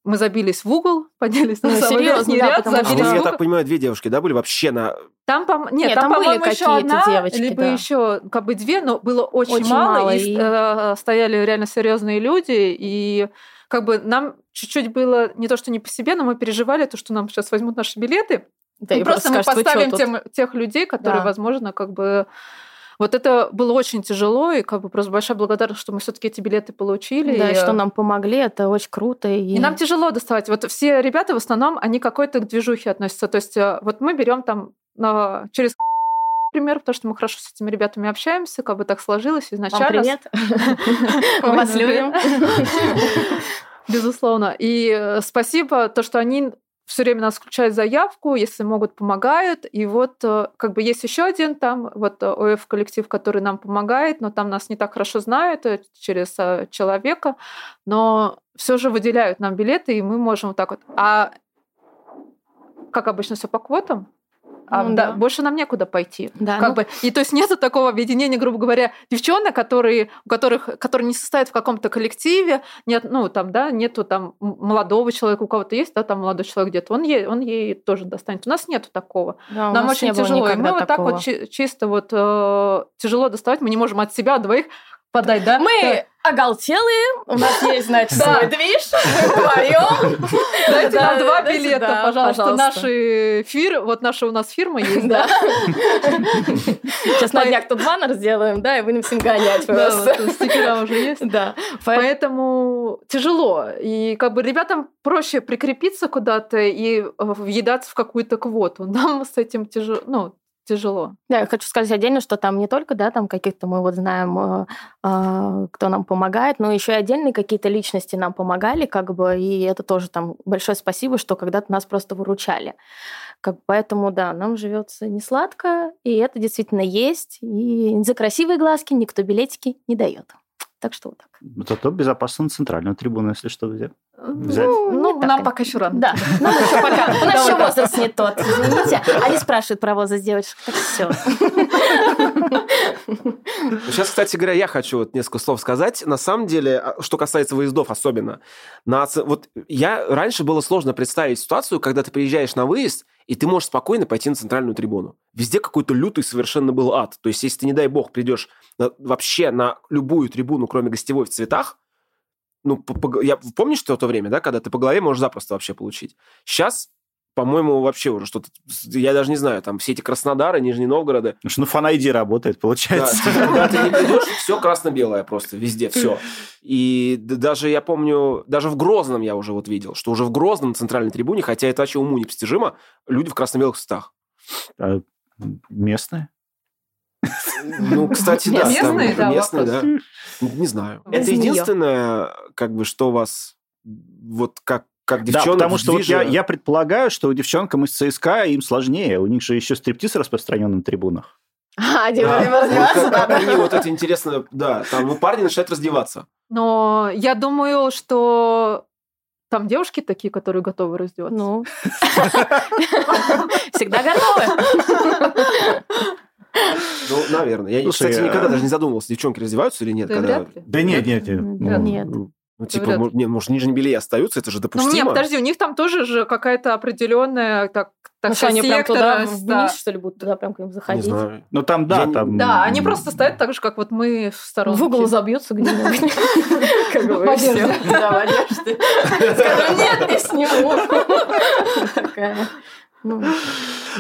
S3: Мы забились в угол, поднялись на
S2: Ну,
S3: самый
S2: серьёзно,
S3: верхний
S2: да,
S3: ряд,
S2: потому что-
S1: А
S3: забились
S1: вы,
S3: в
S1: я
S3: угол.
S1: так понимаю, две девушки, да, были вообще на...
S3: Там, по... Нет,
S2: Нет,
S3: там,
S2: там были
S3: по-моему, еще
S2: какие-то
S3: одна,
S2: девочки,
S3: либо
S2: да.
S3: еще как бы две, но было очень,
S2: Очень
S3: мало,
S2: мало,
S3: и,
S2: и-
S3: э, стояли реально серьезные люди, и как бы нам чуть-чуть было не то, что не по себе, но мы переживали то, что нам сейчас возьмут наши билеты,
S2: Да,
S3: ну,
S2: и
S3: просто мы
S2: скажут, «Вы чё
S3: поставим
S2: тут?»
S3: тем- тех людей, которые,
S2: Да.
S3: возможно, как бы... Вот это было очень тяжело, и как бы просто большая благодарность, что мы все-таки эти билеты получили.
S2: Да,
S3: и...
S2: и что нам помогли, это очень круто. И,
S3: И нам тяжело доставать. Вот все ребята в основном, они какой-то к движухе относятся. То есть э, вот мы берем там на- через пример, потому что мы хорошо с этими ребятами общаемся, как бы так сложилось
S2: Вам
S3: изначально.
S2: привет. Мы
S3: ну,
S2: вас любим.
S3: Безусловно. И э, спасибо то, что они все время нас включают в заявку, если могут, помогают. И вот э, как бы есть еще один там, вот э, ОФ коллектив, который нам помогает, но там нас не так хорошо знают э, через э, человека, но все же выделяют нам билеты, и мы можем вот так вот. А как обычно все по квотам, а
S2: Ну
S3: да,
S2: да.
S3: больше нам некуда пойти
S2: Да,
S3: как
S2: ну,
S3: бы и то есть нету такого объединения, грубо говоря, девчонок, которые у которых которые не состоят в каком-то коллективе, нет, ну там да, нету там м- молодого человека, у кого-то есть, да, там молодой человек где-то, он ей он ей тоже достанет. У нас нету такого.
S2: да, А у
S3: Нам
S2: нас
S3: очень
S2: не было
S3: тяжело, и мы
S2: никогда
S3: вот так
S2: такого.
S3: вот чи- чисто вот э, тяжело доставать, мы не можем от себя двоих подать, да?
S2: Мы оголтелые, у нас есть, значит,
S3: Да.
S2: свой движ, мы вдвоем.
S3: Дайте
S2: Да,
S3: нам два
S2: дайте,
S3: билета,
S2: да,
S3: пожалуйста.
S2: пожалуйста.
S3: Наши фир, вот наша у нас фирма есть, да?
S2: Да. Сейчас на днях тут баннер сделаем, да, и будем гонять
S3: Да,
S2: просто.
S3: вот э, стикера уже есть.
S2: Да, поэтому
S3: Поэтому тяжело. И как бы ребятам проще прикрепиться куда-то и э, въедаться в какую-то квоту. Нам с этим тяжело. Ну, тяжело.
S2: Да, я хочу сказать отдельно, что там не только, да, там каких-то мы вот знаем, э, а, кто нам помогает, но еще и отдельные какие-то личности нам помогали, как бы, и это тоже там большое спасибо, что когда-то нас просто выручали. Как, поэтому, да, нам живется не сладко, и это действительно есть, и за красивые глазки никто билетики не дает. Так что вот так.
S4: Зато безопасно на центральную трибуну, если что, взять.
S3: Ну, ну нам так. пока еще рано.
S2: Да, нам еще пока. У нас еще возраст не тот, извините. Они спрашивают про возраст девочек, так все.
S1: Сейчас, Ну, кстати говоря, я хочу вот несколько слов сказать. На самом деле, а, что касается выездов особенно, на, вот я раньше было сложно представить ситуацию, когда ты приезжаешь на выезд, и ты можешь спокойно пойти на центральную трибуну. Везде какой-то лютый совершенно был ад. То есть, если ты, не дай бог, придешь на, вообще на любую трибуну, кроме гостевой в цветах, ну, по, по, я помнишь что то время, да, когда ты по голове можешь запросто вообще получить. Сейчас по-моему, вообще уже что-то... Я даже не знаю, там все эти Краснодары, Нижний Новгороды.
S4: Потому что ну фанайди работает, получается.
S1: Да, когда ты не придешь, все красно-белое просто, везде все. И даже я помню, даже в Грозном я уже вот видел, что уже в Грозном центральной трибуне, хотя это вообще уму непостижимо, люди в красно-белых цветах.
S4: А местные?
S1: Ну, кстати, да.
S3: Местные,
S1: там,
S3: да,
S1: местные, да. Не знаю.
S2: Возьми
S1: это
S2: её.
S1: единственное, как бы, что вас вот как как девчонок
S4: да, потому что вот
S1: движет.
S4: я, я предполагаю, что у девчонкам из ЦСКА им сложнее. У них же еще стриптиз распространен на трибунах.
S2: А,
S1: Да.
S2: Дима,
S1: Вот
S2: развиваться
S1: как- как
S2: надо.
S1: Они вот это интересно, да, там ну, парни начинают раздеваться.
S3: Но я думаю, что там девушки такие, которые готовы раздеваться.
S2: Ну, всегда готовы.
S1: Ну, наверное. Я,
S4: Слушай,
S1: кстати,
S4: а-
S1: никогда даже не задумывался, девчонки раздеваются или нет.
S3: да,
S1: когда...
S3: вряд ли.
S4: Да нет, нет,
S2: Да,
S4: ну,
S2: нет.
S1: Ну, типа,
S3: вряд
S1: может, не, может, нижние белья остаются, это же
S3: Ну,
S1: допустимо.
S3: нет, подожди, у них там тоже же какая-то определенная так, так
S2: Ну что, они прям
S3: сектора,
S2: туда
S3: да.
S2: вниз, что ли, будут туда прям к ним
S1: Не
S2: заходить?
S1: знаю.
S4: Ну там, да,
S1: Я не-
S4: там...
S3: Да, они просто стоят так же, как вот мы в сторонке.
S2: В угол забьются где-нибудь. Как бы
S3: В одежде.
S2: всё. Да, в одежде. Скажу, нет, не сниму. Такая. Ну,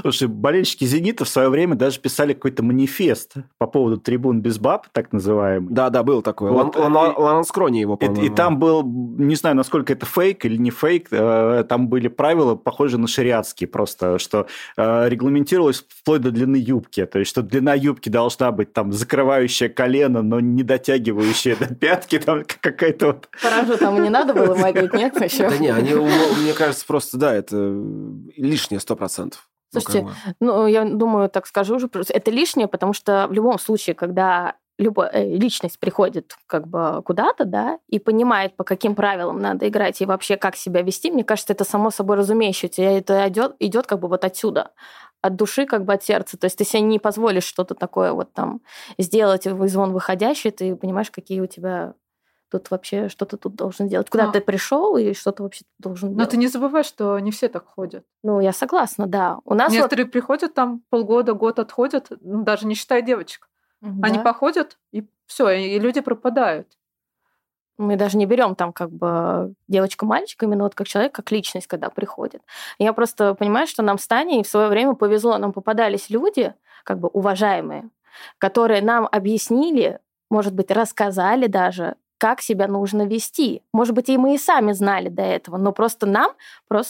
S4: Слушай, болельщики «Зенита» в свое время даже писали какой-то манифест по поводу трибун без баб, так называемый.
S1: Да, да, был такой.
S4: Вот,
S1: Лан-
S4: э,
S1: Лан- Лан Скрони его,
S4: И,
S1: по-моему.
S4: и там был, не знаю, насколько это фейк или не фейк, э, там были правила, похожие на шариатские просто, что э, регламентировалось вплоть до длины юбки, то есть что длина юбки должна быть там закрывающая колено, но не дотягивающая до пятки, там какая-то вот...
S2: Паражу там не надо было водить, нет, еще.
S1: Да не, они, у- мне кажется, просто, да, это э, лишнее 100%. Ну, как
S2: Слушайте,
S1: бы.
S2: Ну, я думаю, так скажу уже. просто Это лишнее, потому что в любом случае, когда любая э, личность приходит как бы куда-то, да, и понимает, по каким правилам надо играть и вообще как себя вести, мне кажется, это само собой разумеющееся. И Это идет, идет как бы вот отсюда от души, как бы от сердца. То есть ты себе не позволишь что-то такое вот там сделать, в звон выходящий, ты понимаешь, какие у тебя тут вообще, что ты тут должен делать, куда
S3: А.
S2: ты пришел и что ты вообще должен
S3: Но
S2: делать.
S3: ты не забывай, что не все так ходят.
S2: Ну, я согласна, да. У нас А вот...
S3: Некоторые приходят там полгода, год отходят, ну, даже не считая девочек. Они
S2: Да.
S3: походят, и все, и люди пропадают.
S2: Мы даже не берем там как бы девочку-мальчика, именно вот как человек, как личность, когда приходит. Я просто понимаю, что нам с Таней в свое время повезло. Нам попадались люди, как бы уважаемые, которые нам объяснили, может быть, рассказали даже, как себя нужно вести. Может быть, и мы и сами знали до этого, но просто нам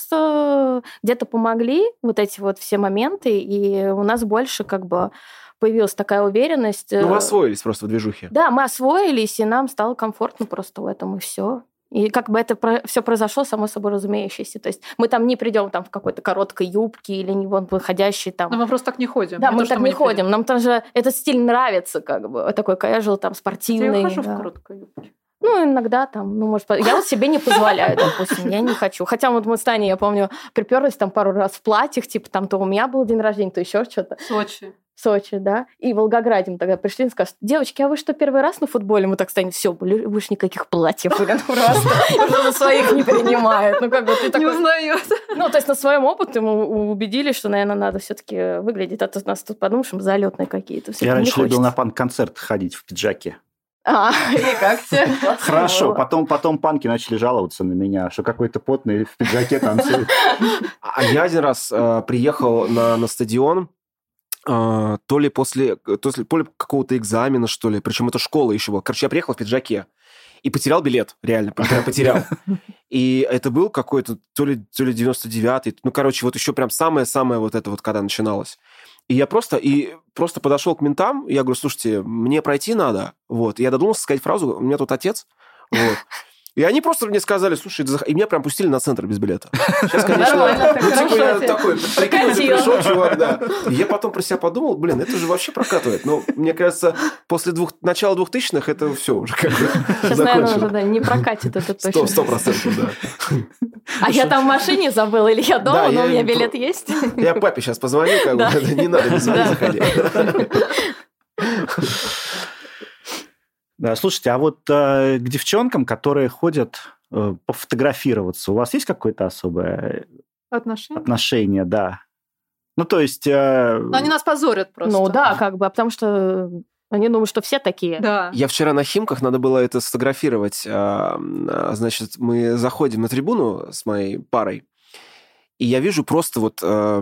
S2: просто где-то помогли вот эти вот все моменты, и у нас больше как бы появилась такая уверенность.
S1: Ну, вы
S2: э,
S1: освоились просто в движухе.
S2: да, мы освоились, и нам стало комфортно просто в этом, и все. И как бы это все произошло, само собой разумеющееся. То есть мы там не придем там в какой-то короткой юбке или не вон выходящей там.
S3: Но мы просто так не ходим.
S2: да,
S3: Не
S2: мы
S3: то, что
S2: так не
S3: ходим.
S2: ходим. Нам тоже этот стиль нравится, как бы. Вот Такой casual, там,
S3: Я
S2: спортивный.
S3: хожу
S2: да.
S3: в короткой юбке.
S2: Ну, иногда там, ну, может, по- я вот себе не позволяю, допустим, я не хочу. Хотя вот мы с Таней, я помню, приперлись там пару раз в платьях, типа там то у меня был день рождения, то еще что-то.
S3: В Сочи.
S2: В Сочи, да, и в Волгограде мы тогда пришли и скажут, девочки, а вы что, первый раз на футболе? Мы так станем, все, больше никаких платьев. Блин, просто. Уже на своих не принимают. Ну, как бы ты
S3: Не
S2: такой...
S3: узнает.
S2: Ну, то есть на своем опыте мы у- убедились, что, наверное, надо все-таки выглядеть. А то нас тут подумаешь, мы залетные какие-то. Всё-таки
S4: Я
S2: Типа не
S4: раньше любил
S2: хочется.
S4: на панк-концерт ходить в пиджаке.
S2: А, и как тебе?
S4: Хорошо,
S2: Классно было.
S4: потом, потом панки начали жаловаться на меня, что какой-то потный в пиджаке танцует.
S1: А я один раз э, приехал на, на стадион, э, то ли после, то ли после какого-то экзамена, что ли, причем это школа еще была. Короче, я приехал в пиджаке и потерял билет, реально, потерял- потерял. И это был какой-то то ли, то ли 99-й, ну, короче, вот еще прям самое-самое вот это вот, когда начиналось. И я просто, и просто подошел к ментам, я говорю, слушайте, мне пройти надо. Вот. И я додумался сказать фразу, у меня тут отец. Вот. И они просто мне сказали, слушай, зах... и меня прям пустили на центр без билета. Сейчас, конечно,
S2: Нормально, ты
S1: ну, типа,
S2: хорошо
S1: я
S2: ты
S1: такой, прикинь,
S2: прокатил.
S1: пришел, чувак, да. И я потом про себя подумал, блин, это же вообще прокатывает. Но мне кажется, после двух, начала двухтысячных это все уже как бы
S2: Сейчас, наверное, уже
S1: закончено.
S2: да, не прокатит это
S1: Сто
S2: точно.
S1: сто процентов, да.
S2: А я там в машине забыла, или я дома,
S1: Да,
S2: но
S1: я
S2: у меня
S1: им
S2: билет
S1: про-
S2: есть?
S1: Я папе сейчас позвоню, как
S2: Да.
S1: бы, не надо, не звони,
S2: Да.
S1: заходи.
S4: Да, слушайте, а вот э, к девчонкам, которые ходят э, пофотографироваться, у вас есть какое-то особое
S3: отношения.
S4: отношение, да? Ну, то есть... э,
S3: Но они нас позорят просто.
S2: Ну да, как бы, а потому что они думают, что все такие.
S3: Да.
S1: Я вчера на Химках, надо было это сфотографировать. А, а, Значит, мы заходим на трибуну с моей парой, и я вижу просто вот э,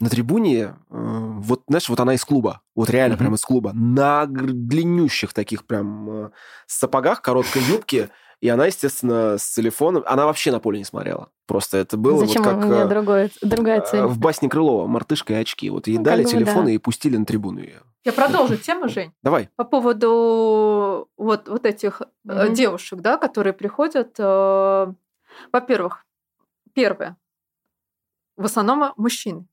S1: на трибуне, э, вот, знаешь, вот она из клуба, вот реально
S4: Мгм.
S1: прям из клуба, на гр- длиннющих таких прям э, сапогах, короткой юбке, и она, естественно, с телефоном, она вообще на поле не смотрела. Просто это было
S2: Зачем
S1: вот как...
S2: у меня
S1: э,
S2: другое- другая
S1: э,
S2: цель?
S1: в басне Крылова «Мартышка и очки». Вот ей
S2: Ну,
S1: дали
S2: как бы,
S1: телефон
S2: да.
S1: и пустили на трибуну ее.
S3: Я продолжу
S2: Ну
S3: тему, Жень.
S1: Давай.
S3: По поводу вот, вот этих э,
S2: Мгм.
S3: девушек, да, которые приходят. э, во-первых, первое. В основном мужчины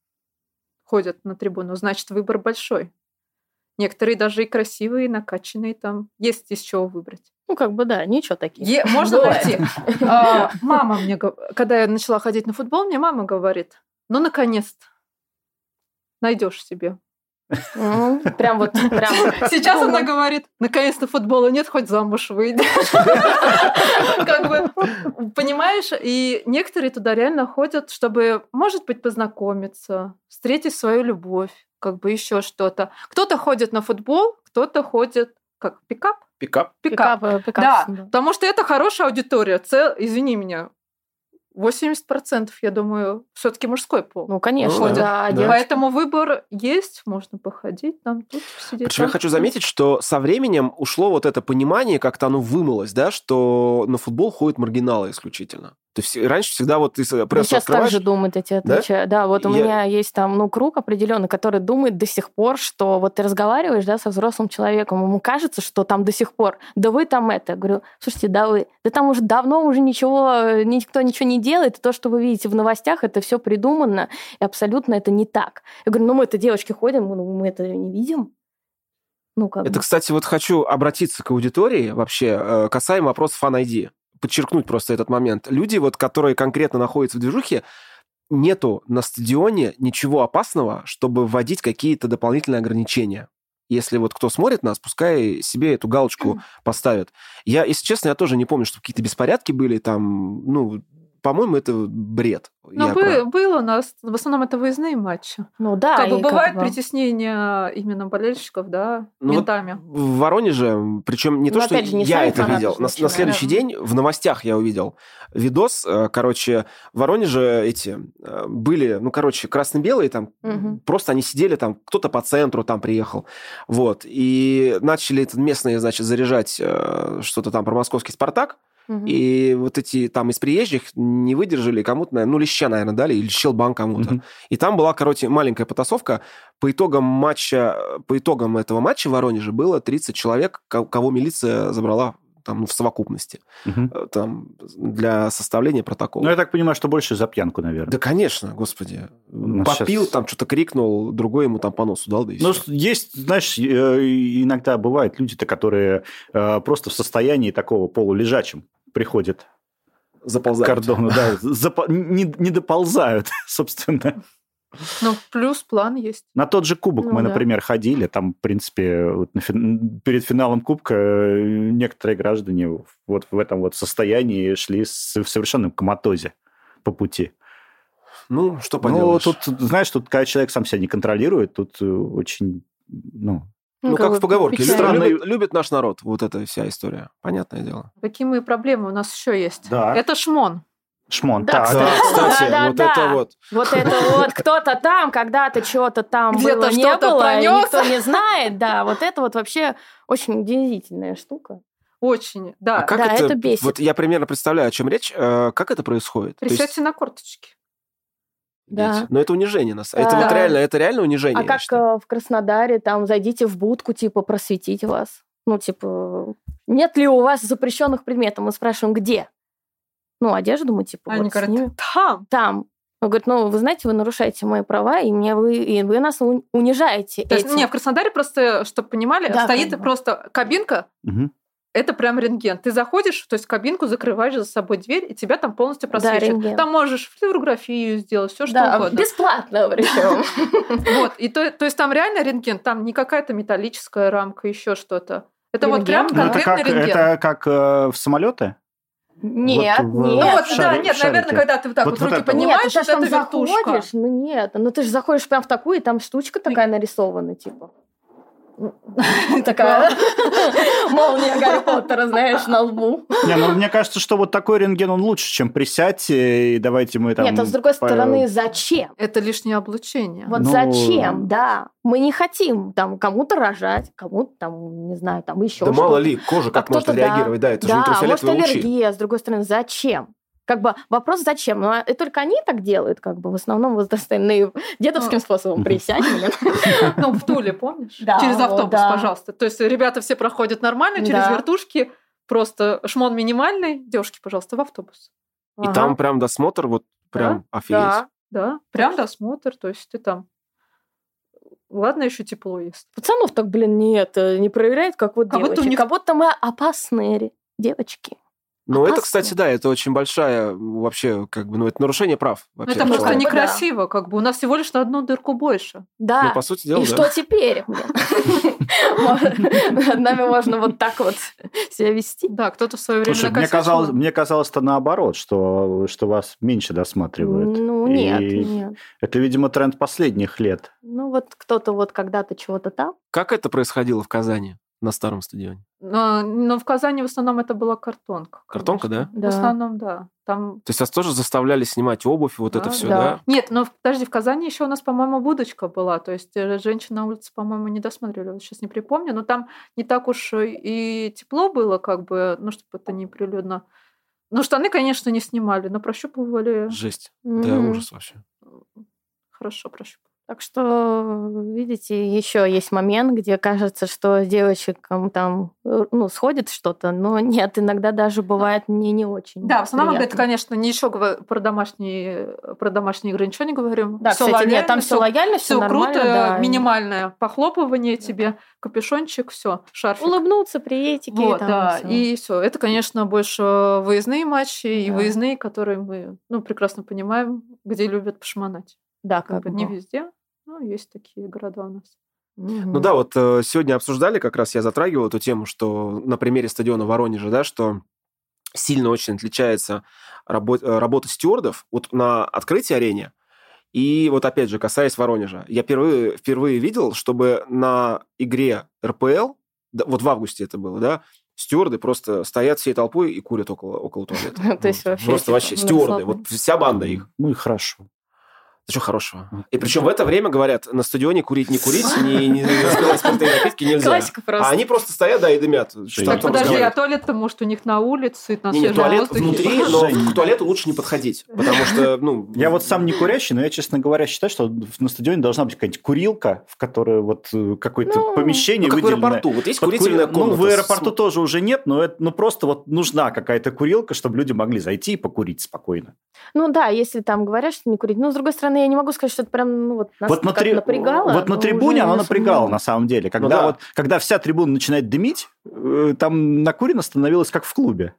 S3: ходят на трибуну, значит, выбор большой. Некоторые даже и красивые, и накачанные там. Есть из чего выбрать.
S2: Ну, как бы, да, ничего такие.
S3: Е- можно
S2: Бывает.
S3: найти. А, Мама мне, гов- когда я начала ходить на футбол, мне мама говорит, ну, наконец-то найдешь себе.
S2: М, Ну, Прям вот, прям...
S3: Сейчас
S2: Дома.
S3: она говорит, наконец-то футбола нет, хоть замуж выйдешь. Как бы, понимаешь? И некоторые туда реально ходят, чтобы, может быть, познакомиться, встретить свою любовь, как бы еще что-то. Кто-то ходит на футбол, кто-то ходит как пикап?
S1: Пикап.
S3: Пикап.
S2: э, пикап,
S3: Да,
S2: да.
S3: потому что это хорошая аудитория. Цел, извини меня, 80%, я думаю, все-таки мужской пол.
S2: Ну, конечно,
S1: Ну,
S2: да.
S1: да.
S2: девочки.
S3: Поэтому выбор есть, можно походить, там тут сидеть.
S1: Причем я
S3: там
S1: хочу
S3: посидеть.
S1: заметить, что со временем ушло вот это понимание, как-то оно вымылось, да, что на футбол ходят маргиналы исключительно. То есть раньше всегда вот ты с-
S2: Я
S1: прессу
S2: сейчас так
S1: открываешь,
S2: же думают эти отвечаю. Да? вот у
S1: Я-
S2: меня есть там, ну, круг определенный, который думает до сих пор, что вот ты разговариваешь, да, со взрослым человеком, ему кажется, что там до сих пор, да вы там это. Я говорю, слушайте, да вы, да там уже давно уже ничего, э, никто ничего не делает, и то, что вы видите в новостях, это все придумано, и абсолютно это не так. Я говорю, ну, мы это девочки ходим, ну, мы это не видим. Ну, как
S1: Это,
S2: бы.
S1: кстати, вот хочу обратиться к аудитории вообще, э, касаемо вопросов Fan ID. Подчеркнуть просто этот момент. Люди, вот, которые конкретно находятся в движухе, нету на стадионе ничего опасного, чтобы вводить какие-то дополнительные ограничения. Если вот кто смотрит нас, пускай себе эту галочку поставят. Я, если честно, я тоже не помню, что какие-то беспорядки были там. Ну, по-моему, это бред.
S3: Ну,
S1: Я
S3: бы-
S1: про-
S3: было у нас, в основном это выездные матчи.
S2: Ну, да.
S3: как бы
S2: и
S3: бывает притеснение а, именно болельщиков, да,
S1: Ну, вот
S3: ментами.
S1: в Воронеже, причем не то,
S2: Ну,
S1: что
S2: опять же, не
S1: я
S2: сами
S1: это
S2: фанаты
S1: видел, на,
S2: случайно.
S1: на следующий
S3: Да.
S1: день в новостях я увидел видос, э, короче, в Воронеже эти э, были, ну, короче, красно-белые там,
S2: Мгм.
S1: просто они сидели там, кто-то по центру там приехал, вот, и начали это местные, значит, заряжать э, что-то там про московский «Спартак»,
S2: Мгм.
S1: и вот эти там из приезжих не выдержали, кому-то, наверное, ну, леща, наверное, дали, или щелбан кому-то.
S4: мгм.
S1: И там была, короче, маленькая потасовка. По итогам матча, по итогам этого матча в Воронеже было 30 человек, ко- кого милиция забрала там ну, в совокупности
S4: Мгм.
S1: э, там, для составления протокола.
S4: Ну, я так понимаю, что больше за пьянку, наверное.
S1: Да, конечно, господи.
S4: Ну,
S1: Попил,
S4: щас-
S1: там что-то крикнул, другой ему там по носу дал, да и
S4: Ну,
S1: всё.
S4: с- есть, знаешь, э, иногда бывают люди-то, которые э, просто в состоянии такого полулежачим приходят к
S1: Заползает.
S4: кордону, да, запо- не, не доползают, собственно.
S3: Ну, плюс план есть.
S4: На тот же кубок
S2: Ну
S4: мы,
S2: да.
S4: например, ходили, там, в принципе, вот на фин- перед финалом кубка э, некоторые граждане вот в этом вот состоянии шли с- в совершенном коматозе по пути.
S1: Ну, что
S4: Ну,
S1: поделаешь.
S4: тут, знаешь, тут, когда человек сам себя не контролирует, тут э, очень, ну,
S1: Ну, как
S2: бы
S1: в поговорке.
S2: печально. Ну,
S4: Странно.
S1: Любит, любит наш народ. Вот эта вся история. Понятное дело.
S3: Какие мы проблемы у нас еще есть?
S4: Да.
S3: Это шмон.
S4: шмон.
S2: Да,
S4: Так,
S2: кстати.
S1: кстати,
S2: Да, да,
S1: вот
S2: да.
S1: это вот.
S2: Вот это вот кто-то там, когда-то чего-то там
S3: Где-то
S2: было, не
S3: что-то
S2: было, и
S3: пронёс.
S2: никто не знает, да. Вот это вот вообще очень удивительная штука.
S3: Очень, да.
S1: А как
S2: Да,
S1: это,
S2: это бесит.
S1: Вот я примерно представляю, о чем речь. Э, Как это происходит? То есть-
S3: Присядьте на корточки.
S2: Да.
S1: бить. Но это унижение нас. А Это
S2: Да.
S1: вот реально, это реально унижение.
S2: А
S1: я
S2: как
S1: считаю.
S2: э, в Краснодаре, там, зайдите в будку, типа, просветить вас? Ну, типа, нет ли у вас запрещенных предметов? Мы спрашиваем, где? Ну, одежду мы, типа,
S3: Они
S2: вот с
S3: говорят,
S2: ними.
S3: там.
S2: Там. Он говорит, ну, вы знаете, вы нарушаете мои права, и, мне вы, и вы нас у- унижаете
S3: То есть,
S2: этим».
S3: не, в Краснодаре просто, чтобы понимали,
S2: Да,
S3: стоит
S2: как бы.
S3: просто кабинка,
S4: Мгм.
S3: это прям рентген. Ты заходишь, то есть в кабинку закрываешь за собой дверь, и тебя там полностью
S2: Да,
S3: просвечивают.
S2: рентген.
S3: там можешь флюорографию сделать, все
S2: Да, а
S3: что угодно.
S2: бесплатно причем.
S3: Вот. И то, то есть там реально рентген, там не какая-то металлическая рамка, еще что-то. Это вот прям
S2: Рентген?
S4: Ну, это
S3: конкретный
S4: как,
S3: рентген.
S4: это как э, в самолеты?
S2: Нет,
S4: в-
S2: нет.
S3: Ну
S4: Нет,
S3: вот,
S4: в
S3: да,
S4: шари-
S3: нет,
S4: в
S3: наверное,
S4: шарике.
S3: когда ты вот так
S4: Вот-
S3: вот,
S4: вот
S3: руки
S4: это вот.
S2: Нет,
S3: поднимаешь,
S2: ты
S3: вот
S2: же там
S3: это вертушка.
S2: заходишь, ну нет, ну ты же заходишь прям в такую, и там штучка такая нарисована, типа. Такая молния Гарри Поттера, знаешь, на лбу.
S4: Не, ну мне кажется, что вот такой рентген он лучше, чем присядьте и давайте мы там.
S2: Нет, а с другой
S4: по-
S2: стороны, зачем?
S3: Это лишнее облучение.
S2: Вот
S4: Ну,
S2: зачем, да. Мы не хотим там кому-то рожать, кому-то там, не знаю, там еще
S1: Да мало ли, кожа
S2: А
S1: как можно
S2: кто-то, да.
S1: реагировать, да, это же
S2: Да, может,
S1: ультрафиолетовые лучи.
S2: аллергия, с другой стороны, зачем? Как бы вопрос зачем? Ну, а и только они так делают, как бы в основном возрастные ну,
S3: А.
S2: дедовским способом
S4: Мгм.
S2: присядь, блин.
S3: Ну, в Туле, помнишь?
S2: Да,
S3: через
S2: вот,
S3: автобус,
S2: да.
S3: пожалуйста. То есть ребята все проходят нормально, через
S2: Да.
S3: вертушки, просто шмон минимальный. Девушки, пожалуйста, в автобус.
S1: И
S2: Ага.
S1: там прям досмотр, вот прям офигеть.
S2: Да.
S3: Да, прям досмотр, то есть ты там... Ладно, еще тепло есть.
S2: Пацанов так, блин, нет, э, не проверяют, как вот
S3: Как будто у
S2: девочек.
S3: них-
S2: Как будто мы опасные ре- девочки.
S1: Но
S2: Опасно.
S1: это, кстати, да, это очень большая вообще, как бы, ну, это нарушение прав
S3: Ну,
S1: вообще.
S3: это
S1: человека.
S3: просто
S2: почему?
S3: некрасиво, как бы. У нас всего лишь на одну дырку больше.
S2: Да.
S1: Ну, по сути дела,
S2: И
S1: да.
S2: что теперь? блин? Над нами можно вот так вот себя вести.
S3: Да, кто-то в свое время
S4: Слушай, мне
S3: накосячил.
S4: казалось, мне казалось-то наоборот, что, что вас меньше досматривают.
S2: Ну,
S4: И
S2: нет, нет.
S4: Это, видимо, тренд последних лет.
S2: Ну, вот кто-то вот когда-то чего-то там.
S1: Как это происходило в Казани на старом стадионе?
S3: Но, но в Казани в основном это была картонка.
S1: Картонка,
S3: конечно.
S2: да? Да.
S3: В основном, да. Там...
S1: То есть вас тоже заставляли снимать обувь, вот это
S3: Да.
S1: все,
S2: А, Да.
S1: да?
S3: Нет, но в- подожди, в Казани еще у нас, по-моему, будочка была. То есть э, женщин на улице, по-моему, не досмотрели. Вот сейчас не припомню. Но там не так уж и тепло было, как бы, ну, чтобы это не прилюдно. Ну, штаны, конечно, не снимали, но прощупывали. э,
S1: Жесть. Да,
S2: Мгм.
S1: ужас вообще.
S3: Хорошо прощупывали.
S2: Так что, видите, еще есть момент, где кажется, что девочкам там э, ну, сходит что-то, но нет, иногда даже бывает не, не очень.
S3: Да, в основном, это,
S2: приятно.
S3: конечно, ничего гов- про домашние, э, про домашние игры ничего не говорим.
S2: Да,
S3: Всё
S2: кстати, нет,
S3: лояльно,
S2: там
S3: всё
S2: все лояльно, все
S3: Все
S2: нормально.
S3: круто, э,
S2: да.
S3: минимальное похлопывание тебе, капюшончик, все, шарфик.
S2: Улыбнуться, приветики.
S3: Вот,
S2: там,
S3: да,
S2: всё.
S3: и все. Это, конечно, больше выездные матчи и
S2: Да.
S3: выездные, которые мы, ну, прекрасно понимаем, где любят пошмонать.
S2: да,
S3: Как
S2: как
S3: бы не
S2: бы.
S3: везде, но есть такие города у нас.
S2: Мгм.
S1: Ну да, вот э, сегодня обсуждали, как раз я затрагивал эту тему, что на примере стадиона Воронежа, да, что сильно очень отличается рабо- э, работа стюардов вот на открытии арене. И вот опять же, касаясь Воронежа, я впервые, впервые видел, чтобы на игре РПЛ, да, вот в августе это было, да, стюарды просто стоят всей толпой и курят около, около туалета.
S2: То есть
S1: Ну,
S2: вообще
S1: Просто
S2: типа,
S1: вообще
S2: ну,
S1: стюарды,
S2: славно.
S1: вот вся банда их.
S4: Ну и хорошо.
S1: Ничего хорошего. И причем в это время говорят, на стадионе курить не курить, не, не распивать спиртные напитки нельзя.
S2: Классика
S1: А
S2: просто.
S1: они просто стоят, да, и дымят.
S4: Так,
S1: там
S3: Так,
S1: потом
S4: потом
S3: подожди, а
S1: разговаривать?
S3: туалет-то, может, у них на улице, на
S1: Не, не,
S3: свежем
S1: туалет
S3: воздухе?
S1: внутри, но
S4: Жень.
S1: к туалету лучше не подходить, потому что, ну...
S4: Я вот сам не курящий, но я, честно говоря, считаю, что на стадионе должна быть какая-нибудь курилка, в которой вот э, какое-то
S2: Ну,
S4: помещение
S1: Ну, как в
S4: выделенное.
S1: аэропорту. Вот есть
S4: Под
S1: курительная
S4: кури-
S1: комната.
S4: Ну, в аэропорту
S1: с-
S4: тоже уже нет, но это, ну, просто вот нужна какая-то курилка, чтобы люди могли зайти и покурить спокойно.
S2: Ну да, если там говорят, что не курить. Ну, с другой стороны, я не могу сказать, что это прям ну, вот нас
S4: вот на,
S2: как
S4: три-
S2: напрягало.
S4: вот на
S2: но
S4: трибуне
S2: уже
S4: она
S2: не
S4: напрягала,
S2: особо.
S4: на самом деле. Когда,
S1: да.
S4: вот, когда вся трибуна начинает дымить, э, там накурено становилось как в клубе.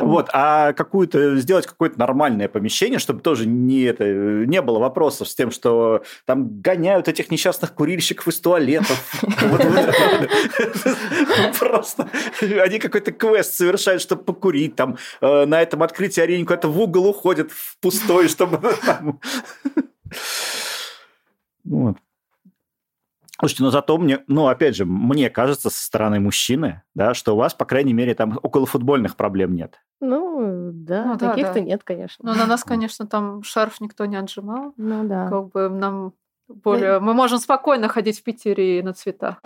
S4: Вот, а какую-то сделать какое-то нормальное помещение, чтобы тоже не это не было вопросов с тем, что там гоняют этих несчастных курильщиков из туалетов. Вот это. Просто они какой-то квест совершают, чтобы покурить. Там э, на этом открытии арене куда-то в угол уходят в пустой, чтобы там- Ну, вот. Слушайте, но зато мне, ну, опять же, мне кажется, со стороны мужчины, да, что у вас, по крайней мере, там около футбольных проблем нет.
S2: Ну, да,
S3: Ну да,
S2: таких-то
S3: да.
S2: нет, конечно.
S3: Но Ну, на нас, конечно, там шарф никто не отжимал.
S2: Ну да.
S3: Как бы нам более... Мы можем спокойно ходить в Питере и на цветах.